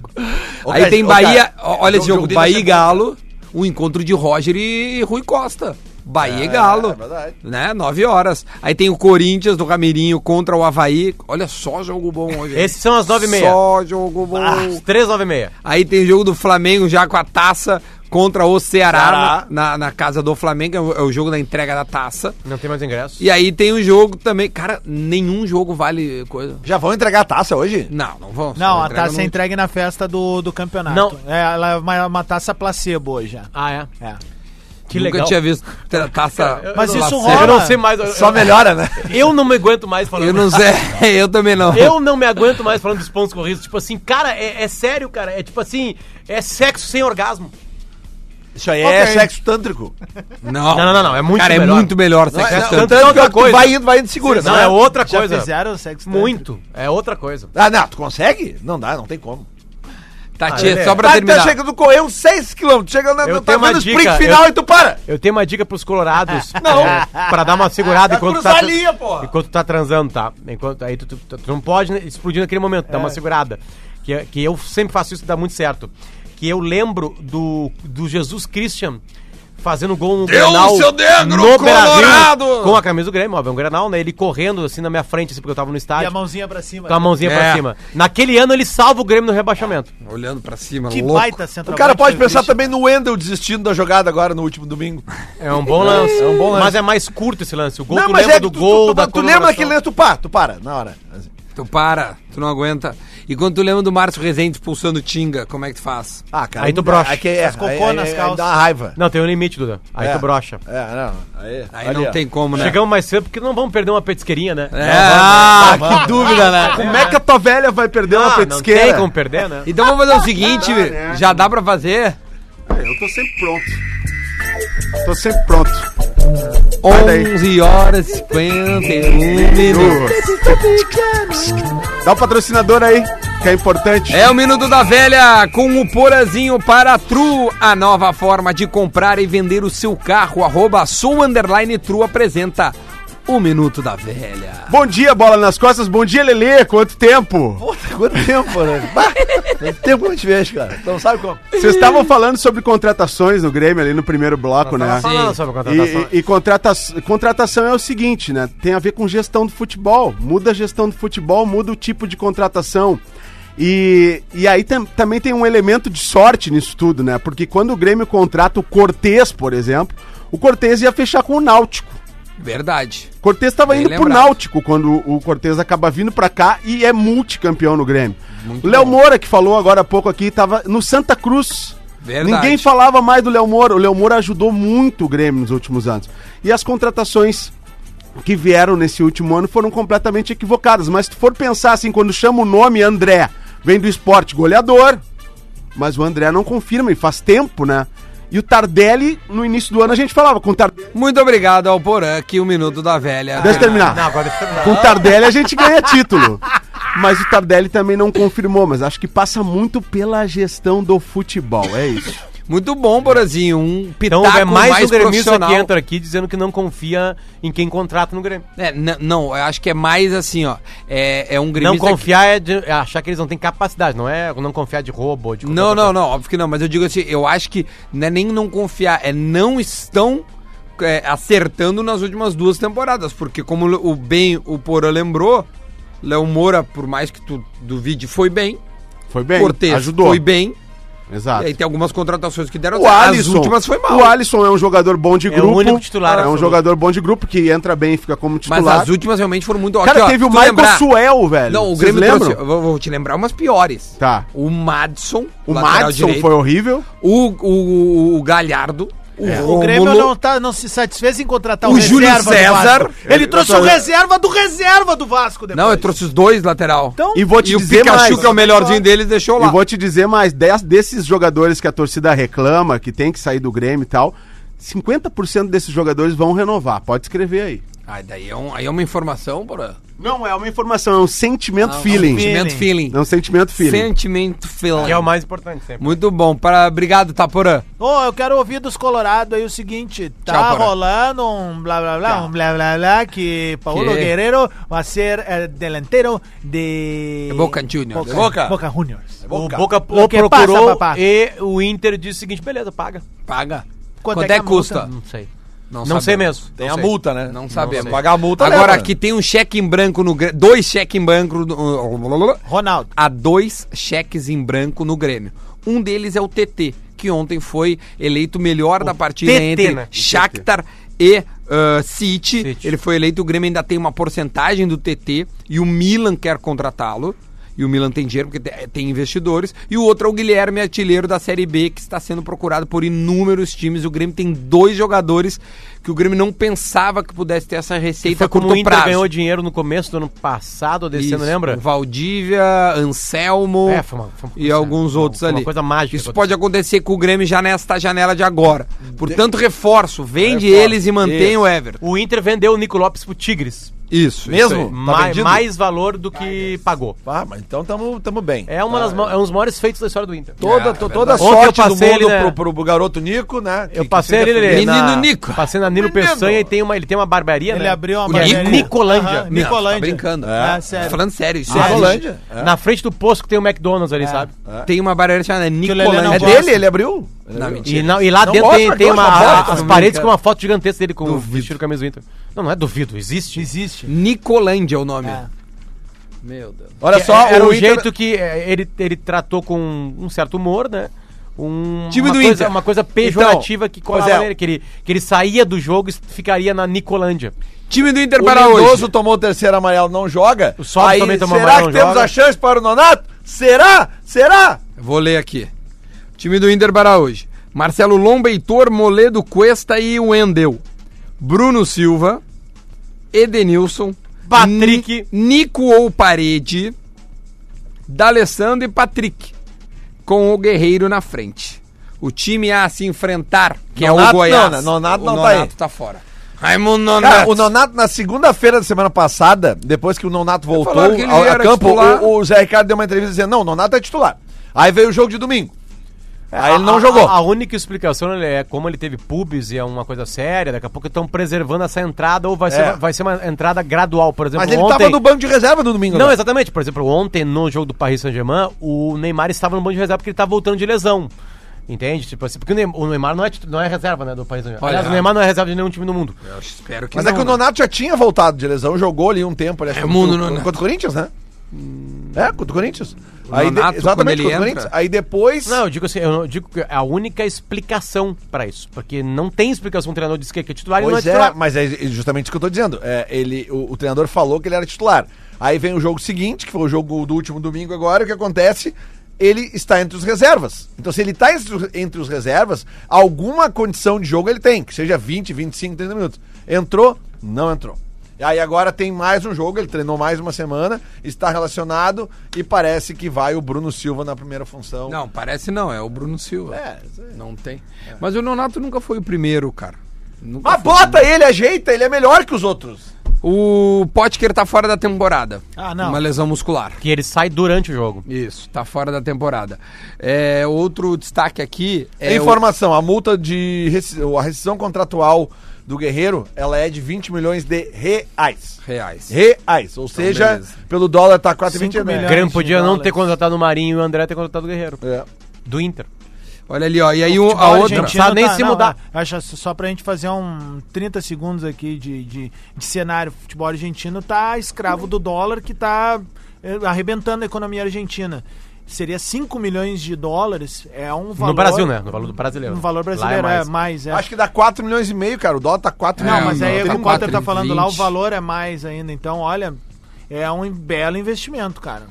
C: Ô,
B: Aí
C: cara,
B: tem
C: ô,
B: Bahia,
C: cara,
B: ó, olha
C: é um
B: esse jogo,
C: jogo de
B: Bahia e
C: decepção.
B: Galo, o encontro de Roger e Rui Costa. Bahia e Galo.
C: é verdade.
B: Né? Nove horas. Aí tem o Corinthians do Ramirinho contra o Havaí. Olha só jogo bom hoje. hein?
F: Esses são as nove e meia. Ah.
B: Só jogo bom.
D: Ah.
F: As três nove e meia.
B: Aí tem o jogo do Flamengo já com a taça contra o Ceará,
C: Ceará.
B: Na, na casa do Flamengo. É o, é o jogo da entrega da taça.
F: Não tem mais ingresso.
B: E aí tem o jogo também. Cara, nenhum jogo vale coisa.
C: Já vão entregar a taça hoje?
B: Não, não vão.
D: Não, a
B: entrega
D: taça é
B: no-
D: entregue na festa do, do campeonato.
F: Não.
D: É, ela é uma, uma taça placebo hoje. já.
F: Ah, é?
D: É.
F: Que
B: Nunca
F: legal.
B: tinha visto tra- taça.
D: Mas isso
B: Lacerda.
D: rola.
F: Eu não sei mais. eu-
C: Só
F: eu-
C: melhora, né?
F: Eu não me aguento mais falando.
B: Eu não sei, eu também não.
F: Eu não me aguento mais falando dos pontos corridos. Tipo assim, cara, é, é sério, cara. É tipo assim, é sexo sem orgasmo.
C: Isso aí é
D: Ok.
C: tântrico.
B: Não.
F: Não, não, não, não, é muito
B: Cara,
F: melhor.
B: é muito melhor
C: Não,
B: ser
C: não,
B: sexo Então,
C: tanto
B: tanto.
F: é
C: que
F: outra
C: tu
F: coisa.
C: vai indo, vai indo segura,
F: Não,
C: né?
F: é outra
D: Já
F: coisa.
D: fizeram o sexo
F: Muito. É outra coisa.
C: Ah, não, tu consegue? Não dá, não tem como.
B: Tá, tia,
F: é.
B: só pra
C: Tá,
B: terminar.
C: Tá chegando, tu correu uns 6km, chega na,
F: Eu
C: tá
F: tenho uma
C: vendo o sprint
F: dica,
C: final
F: eu-
C: e tu para.
F: Eu tenho uma dica pros colorados. não. pra dar uma segurada enquanto
C: cruzar
F: tá,
C: a linha, porra.
F: enquanto tá transando, tá? Enquanto, aí tu, tu- tu- tu não pode né, explodir naquele momento,
C: É.
F: dá uma segurada. Que, que eu sempre faço isso, dá muito certo. Que eu lembro do, do Jesus Christian fazendo gol no
B: Deus, seu negro
F: Brasil,
B: colorado!
F: com a camisa do Grêmio, óbvio, é um Grenal, né? Ele correndo assim na minha frente, assim, porque eu tava no
D: E
F: estádio.
D: a mãozinha pra cima.
F: Com a mãozinha
B: É.
F: pra cima. Naquele ano ele salva o Grêmio no rebaixamento.
B: Olhando pra cima,
D: Que
B: louco.
D: baita
C: O
D: centroavante.
C: cara pode
D: foi o
C: pensar
D: Christian.
C: também no Wendel desistindo da jogada agora no último domingo.
F: É um bom lance.
C: um bom lance.
F: Mas é mais curto esse lance. O gol tu
C: mas
F: lembra
C: é
F: do
C: que tu-
F: gol,
C: tu, tu, tu
F: da
C: lembra
F: comemoração.
C: daquele lance, tu para, tu para, na hora. Assim.
B: Tu para, tu não aguenta. E quando tu lembra do Márcio Rezende pulsando Tinga, como é que tu faz?
C: Ah, cara.
F: Aí tu
C: ainda-
F: brocha.
C: Aí que é,
D: cocô
C: aí- aí-
D: nas
C: aí
D: calças.
C: dá uma raiva.
F: Não, tem um limite, Duda. Aí
C: É.
F: tu brocha.
C: É, não. Aí,
B: Aí
C: olha
B: não tem como, né?
F: Chegamos mais cedo porque não vamos perder uma petisqueirinha, né?
B: É, ah, que dúvida,
C: Como
B: né?
C: é que a tua velha vai perder
F: Não,
C: uma
F: Ah, não,
C: petisqueira?
F: tem como perder, né?
B: Então vamos fazer o seguinte, já dá pra fazer?
E: Eu tô sempre pronto. Tô sempre pronto.
B: 11 horas e 51 minutos.
E: Dá o patrocinador aí, que é importante.
B: É o Minuto da Velha com o Porazinho para a Tru, a nova forma de comprar e vender o seu carro. Arroba Sou Underline Tru apresenta o Minuto da Velha.
E: Bom dia, bola nas costas. Bom dia, Lelê. Quanto tempo?
C: Puta, quanto tempo, né? Bah, Quanto tempo que eu não te vejo, cara. Então sabe como?
E: Vocês estavam falando sobre contratações no Grêmio ali no primeiro bloco, né?
F: Falando sobre a contratação.
E: E, e- e contrata contratação é o seguinte, né? Tem a ver com gestão do futebol. Muda a gestão do futebol, muda o tipo de contratação. E, e aí tam- também tem um elemento de sorte nisso tudo, né? Porque quando o Grêmio contrata o Cortez, por exemplo, o Cortez ia fechar com o Náutico.
B: Verdade.
E: Cortez estava
B: Bem
E: indo pro
B: lembrado.
E: Náutico quando o Cortez acaba vindo pra cá e é multicampeão no Grêmio. o Léo Moura, que falou agora há pouco aqui, estava no Santa Cruz.
B: Verdade.
E: Ninguém falava mais do Léo Moura. O Léo Moura ajudou muito o Grêmio nos últimos anos. E as contratações que vieram nesse último ano foram completamente equivocadas. Mas se tu for pensar assim, quando chama o nome André, vem do esporte goleador, mas o André não confirma e faz tempo, né? E o Tardelli, no início do ano, a gente falava com o Tardelli.
B: Muito obrigado ao Porã, que o Minuto da Velha.
E: Deixa eu terminar. Com o Tardelli a gente ganha título. Mas o Tardelli também não confirmou, mas acho que passa muito pela gestão do futebol, é isso.
B: Muito bom, Borazinho. Um
F: Então
B: pitaco
F: é mais,
B: mais
F: um gremista
B: profissional.
F: que entra aqui dizendo que não confia em quem contrata no Grêmio.
B: É, n- não, eu acho que é mais assim, ó. É, é um
F: Não
B: gremista. que-
F: confiar é, de- é achar que eles não têm capacidade, não é não confiar de roubo. De qualquer
B: Não,
F: outra
B: não, não, óbvio que não, mas eu digo assim, eu acho que não é nem não confiar, é não estão é, acertando nas últimas duas temporadas, porque como o bem o Porã lembrou, Léo Moura, por mais que tu duvide, foi bem,
E: Foi bem,
B: Cortez
E: ajudou.
B: foi bem, e
E: Exato.
B: aí tem algumas contratações que deram
E: O
B: certo,
E: Alisson,
B: as últimas foi mal,
E: O Alisson é um jogador bom de
F: É o
E: grupo.
F: único
E: É
F: titular
E: um
F: absoluto.
E: jogador bom de grupo que entra bem e fica como
B: mas
E: titular.
B: as últimas realmente foram muito...
E: Cara,
B: ó,
E: teve o
B: se tu
E: Michael
B: lembrar-
E: Suel, velho.
B: Não, o
E: Vocês
B: Grêmio trouxe, eu vou, vou te lembrar umas piores.
E: Tá.
B: O Madson,
E: O
B: lateral
E: Madison
B: direito,
E: foi horrível.
B: o, o, o Galhardo, o
D: É. O Grêmio
B: Rômulo,
D: não, tá, não se satisfez em contratar um
B: o Júlio
D: reserva do
B: César.
D: Vasco. Ele trouxe o reserva do reserva do Vasco depois.
B: Não, eu trouxe os dois lateral.
D: Então,
E: E vou te
B: o
E: dizer
B: Pikachu,
E: mais.
B: que é o melhorzinho deles, deixou lá.
E: E vou te dizer mais, des- desses jogadores que a torcida reclama, que tem que sair do Grêmio e tal, 50% desses jogadores vão renovar. Pode escrever aí.
B: Ah, daí é, um- aí é uma informação, porra.
E: Não é uma informação, é um sentimento
B: Ah,
E: feeling.
B: Sentimento feeling.
E: É um sentimento feeling.
B: Sentimento feeling.
F: coisa. Que é o mais importante sempre.
B: Muito bom. Para... Obrigado, tá, Taporã.
D: Ô, eu quero ouvir dos Colorado aí o seguinte: tá
B: Tchau, Porã.
D: rolando um blá blá blá, um blá blá blá, que Paulo
B: Que?
D: Guerreiro vai ser eh, delanteiro de.
B: É Boca Juniors.
D: Boca.
B: Boca.
D: Boca Juniors.
F: O É Boca
D: O
F: o
D: que
F: procurou
D: passa, Tá papá?
F: e o Inter disse o seguinte, beleza, paga.
B: Paga.
D: Quanto
B: Quanto,
D: é que
B: é
D: a
B: que custa?
F: Não sei.
B: Não,
F: Não
B: sabemos.
F: sei mesmo.
B: Não
C: Tem a
B: sei.
C: multa, né?
B: Não sabemos.
C: sei. Pagar a multa, né,
B: Agora
C: leva.
B: aqui tem um cheque em branco no Grêmio. Dois cheques em branco. No...
D: Ronaldo.
B: Há dois cheques em branco no Grêmio. Um deles é o TT, que ontem foi eleito o melhor da partida
F: TT,
B: entre
F: né? O TT.
B: Shakhtar e ah, City.
F: City.
B: Ele foi eleito, o Grêmio ainda tem uma porcentagem do TT e o Milan quer contratá-lo. E o Milan tem dinheiro porque te- tem investidores. E o outro é o Guilherme Artilheiro da Série B, que está sendo procurado por inúmeros times. O Grêmio tem dois jogadores que o Grêmio não pensava que pudesse ter essa receita
F: Foi
B: a curto
F: como o Inter
B: um prazo.
F: ganhou dinheiro no começo do ano passado, desse ano,
B: Isso.
F: lembra?
B: Valdívia, Anselmo
F: É, foi uma- foi uma
B: e
F: coisa-
B: alguns
F: uma-
B: outros
F: uma
B: ali.
F: coisa mágica
B: Isso
F: aconteceu.
B: pode acontecer com o Grêmio já nesta janela de agora. Portanto, reforço, vende eles e mantém o Everton.
F: O Inter vendeu o Nico Lopes pro Tigres.
B: Isso.
C: Mesmo? Tá
F: Ma-
C: vendido?
F: mais valor do que pagou.
C: Ah, mas então tamo, tamo bem.
F: É, uma das, ma- é um dos maiores feitos da história do Inter.
C: Toda,
B: É,
C: to-
B: é
C: toda a
F: verdade. Ontem
C: sorte
F: eu
C: do mundo
F: passei ali, né?
C: pro, pro- pro garoto Nico, né?
F: Eu passei é ali, Lelê,
B: Menino
F: na-
B: Nico.
F: Passei na Nilo Peçanha e tem uma, ele tem uma barbearia,
D: Ele
F: né?
D: abriu uma
B: O
D: barbearia.
B: Nico?
F: Nicolândia.
D: Aham,
F: Não,
B: Tá
D: Nicolândia.
B: brincando.
D: É,
B: Tá
D: sério.
B: falando sério. isso
C: Ah,
B: é-
C: Rolândia.
F: Na frente do posto que tem o McDonald's ali, sabe?
B: Tem uma barreira chamada
D: Lelê não
B: Nicolândia.
C: É
D: gosta.
C: dele? Ele abriu? Ele
B: Não,
C: abriu?
B: mentira.
F: E, na- e lá
C: Não
F: dentro
C: mostra
F: tem,
C: que
F: tem
C: eu
F: uma,
C: não
F: a-
C: gosto,
F: as
C: não,
F: paredes
C: cara.
F: com uma foto gigantesca dele com vestido camisa do Inter. Não, não é duvido, existe. Existe.
B: Nicolândia é o nome.
D: É.
B: Meu Deus.
C: Olha só,
F: era
C: o
F: um
C: Inter-
F: jeito que é, ele, ele tratou com um certo humor, né? Um,
B: Time
F: uma
B: do
F: coisa,
B: Inter.
F: Uma coisa pejorativa que
C: pois
F: colava
C: é.
F: nele, que ele, que ele saía do jogo e ficaria na Nicolândia.
B: Time do Inter
C: O
B: para
C: Lindoso
B: hoje.
C: tomou o terceiro amarelo, não joga.
F: O Sobe também tomou
C: será
F: amarelo,
C: que
F: não
C: temos
F: joga.
C: a chance para o Nonato? Será? Será?
B: Vou ler aqui. Time do Inter para hoje. Marcelo Lombeitor, Moledo Cuesta e Wendel. Bruno Silva, Edenilson,
F: Patrick.
B: Ni- Nico ou Parede, D'Alessandro e Patrick, com o Guerreiro na frente. O time a se enfrentar, que é o
C: Nonato
B: Goiás.
C: não, né? Nonato
B: o
C: não tá
B: Nonato
C: aí.
B: tá fora. Raimundo Nonato.
C: Cara, o Nonato, na segunda-feira da semana passada, depois que o Nonato voltou
B: Falaram que ele
C: ao, a
B: era
C: campo,
B: titular.
C: o, o Zé Ricardo deu uma entrevista dizendo: não, o Nonato é titular. Aí veio o jogo de domingo. Aí ele não
F: A-
C: jogou.
F: A, a única explicação né, é como ele teve pubs e é uma coisa séria, daqui a pouco estão preservando essa entrada ou vai,
C: É.
F: ser, vai ser uma entrada gradual, por exemplo.
C: Mas ele tava no banco de reserva no domingo.
F: Não,
C: né?
F: exatamente. Por exemplo, ontem no jogo do Paris Saint-Germain, o Neymar estava no banco de reserva porque ele estava voltando de lesão. Entende? Tipo assim, porque o Neymar, o Neymar não, é, titu- não é reserva, né, do Paris Saint-Germain.
B: Olha.
F: Aliás, o Neymar não é reserva de nenhum time no mundo.
B: Eu espero que
C: Mas
B: não,
C: é que o
B: né?
C: Nonato já tinha voltado de lesão, jogou ali um tempo. Aliás,
B: É, o mundo Nonato.
C: contra o Corinthians, né? É, contra o Corinthians. Aí de-
B: Nonato, quando
C: exatamente,
B: ele
C: contra o
B: entra-
C: Corinthians. Aí depois.
F: Não, eu digo assim, eu não- digo que é a única explicação pra isso. Porque não tem explicação. O treinador disse que é titular e não é
C: Pois é,
F: titular.
C: mas é justamente isso que eu tô dizendo. É, ele, o, o treinador falou que ele era titular. Aí vem o jogo seguinte, que foi o jogo do último domingo agora, e o que acontece? Ele está entre os reservas. Então, se ele está entre os- entre os reservas, alguma condição de jogo ele tem, que seja 20, 25, 30 minutos. Entrou, não entrou. E aí agora tem mais um jogo, ele treinou mais uma semana, está relacionado e parece que vai o Bruno Silva na primeira função.
B: Não, parece não, é o Bruno Silva.
C: É, isso aí.
B: Não tem. Mas o Nonato nunca foi o primeiro, cara. Nunca
C: Mas
B: foi. um
C: bota ele, ajeita, ele é melhor que os outros.
B: O Potker tá fora da temporada.
D: Ah, não.
B: Uma lesão muscular.
F: Que ele sai durante o jogo.
B: Isso, tá fora da temporada. É, outro destaque aqui é o-
C: Informação, a multa de resci- a rescisão contratual do Guerreiro, ela é de 20 milhões de reais.
B: reais.
C: Reais, ou seja,
B: Então, beleza.
C: pelo dólar tá 4,20
D: Cinco
C: né?
F: O
D: milhões.
F: Grêmio podia não
D: dólares.
F: ter contratado o Marinho e o André ter contratado o Guerreiro.
C: É.
F: Do Inter.
B: Olha ali, ó. E aí um- a
D: Olha,
B: outra.
F: gente. precisa nem se mudar.
D: é, acho assim, só pra gente fazer um 30 segundos aqui de, de, de cenário. O futebol argentino tá escravo do dólar que tá eh, arrebentando a economia argentina. Seria 5 milhões de dólares, é um valor...
F: No Brasil, né? No valor do brasileiro.
D: No valor
F: Lá é
D: brasileiro, é
F: mais.
D: mais, é.
C: Acho que dá 4 milhões e meio, cara, o dólar tá 4
D: Não,
B: É,
D: mas aí
B: não,
D: o
B: tem
D: que o Potter tá
B: 4,20.
D: falando lá, o valor é mais ainda. Então, olha, é um belo investimento, cara.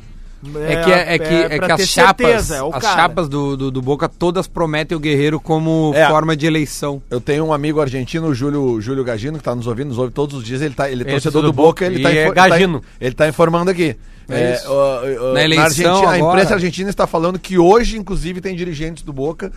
B: É que, é, é que, é
D: pra
B: que
D: ter
B: as chapas,
D: certeza, é o
B: as
D: cara.
B: chapas do, do, do Boca todas prometem o Guerreiro como
C: É.
B: forma de eleição.
C: Eu tenho um amigo argentino, o Júlio, Júlio Gagino, que tá nos ouvindo, nos ouve todos os dias. Ele, tá, ele é
F: Ele é
C: torcedor
F: torcedor
C: do
F: do
C: Boca,
F: Boca
C: ele
F: e
C: tá,
F: é
C: info-
F: Gagino.
C: tá in- ele tá informando aqui.
B: É
C: É,
B: isso.
C: ó, ó,
B: Na eleição
C: Argentina, a
B: agora.
C: imprensa argentina está falando que hoje, inclusive, tem dirigentes do Boca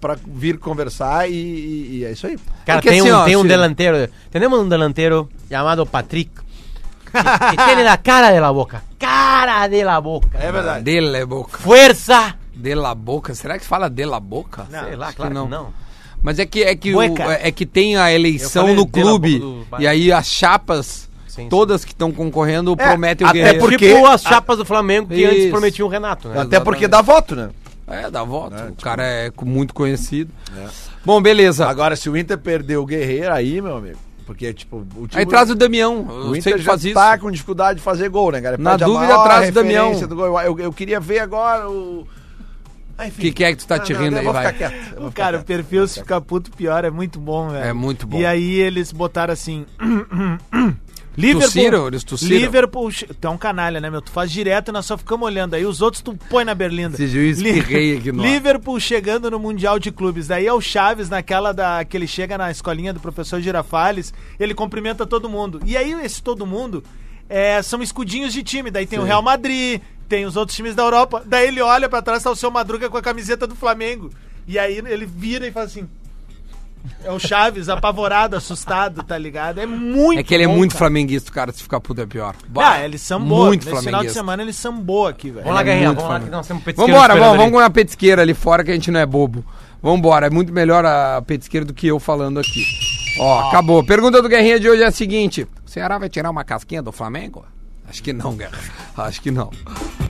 C: para vir conversar e, e- e é isso aí.
F: Cara,
B: É que
F: tem,
B: assim,
F: um,
B: ó,
F: tem um
B: Ciro.
F: delantero. Temos um delantero chamado Patrick. Que, que tem la cara de la boca. Cara de la boca.
C: É verdade.
B: De la boca.
F: Fuerza!
B: De la boca. Será que fala de la boca?
F: Sei lá,
B: Acho que
F: claro que não.
B: Mas é que, é que, o-
D: Bueca.
B: é que tem a eleição
F: Eu falei
B: no
F: de la boca
B: clube.
F: do Bayern.
B: E aí as chapas,
F: Sim,
B: todas que estão concorrendo, prometem É, o
C: até
B: Guerreiro.
C: porque-
F: Tipo as chapas do Flamengo que antes
B: Isso.
F: prometiam o Renato, né?
C: Até porque dá voto, né?
B: É, dá voto. o
C: tipo,
B: cara é co- muito conhecido. Bom, beleza.
C: É. Agora, se o Inter perder o Guerreiro, aí, meu amigo, porque, tipo, o time...
B: aí traz o Damião.
C: O
B: Eu sei
C: Inter
B: que
C: já
B: faz isso.
C: tá com dificuldade de fazer gol, né, cara?
B: Na
C: Perde a
B: dúvida,
C: maior
B: traz o
C: referência
B: Damião.
C: do gol. Eu, eu queria ver agora o... Ah, enfim.
B: O que, que é que tu tá te
C: Ah, não,
B: rindo
C: eu
B: aí,
C: vou
B: vai?
C: ficar quieto, eu vou ficar
D: uh, Cara, o
C: quieto.
D: perfil se ficar puto pior é muito bom, velho.
B: É muito bom.
D: E aí eles botaram assim.
B: Tossiram? Eles tossiram?
D: Liverpool. Tu é um canalha, né, meu? Tu faz direto e nós só ficamos olhando. Aí os outros tu põe na berlinda.
B: Esse juiz
D: Li-
B: pirrei aqui no ar.
D: Liverpool chegando no Mundial de Clubes. Daí é o Chaves naquela da que ele chega na escolinha do professor Girafales. Ele cumprimenta todo mundo. E aí esse todo mundo é, são escudinhos de time. Daí tem o Real Madrid, tem os outros times da Europa. Daí ele olha pra trás, tá o seu Madruga com a camiseta do Flamengo. E aí ele vira e faz assim. É o Chaves, apavorado, assustado, tá ligado? É muito
B: É que ele é
D: bom,
B: muito
D: cara.
B: flamenguista, cara. Se ficar puto é pior.
D: Ah, ele sambou.
B: Muito
D: Nesse final de
B: flamenguista.
D: semana ele sambou aqui, velho.
F: Vamos lá,
B: É
F: Guerrinha.
B: muito
F: Vamos lá, que
B: Flamengo.
F: nós temos um petisqueiro
B: Vamos Vambora,
F: esperando
B: vamos,
F: ali.
B: vamos com a petisqueira ali fora que a gente não é bobo. Vambora, é muito melhor a petisqueira do que eu falando aqui.
C: Ah.
B: Ó, acabou. Pergunta do Guerrinha de hoje é a seguinte: o Ceará vai tirar uma casquinha do Flamengo? Acho que não, Guerra. Acho que não.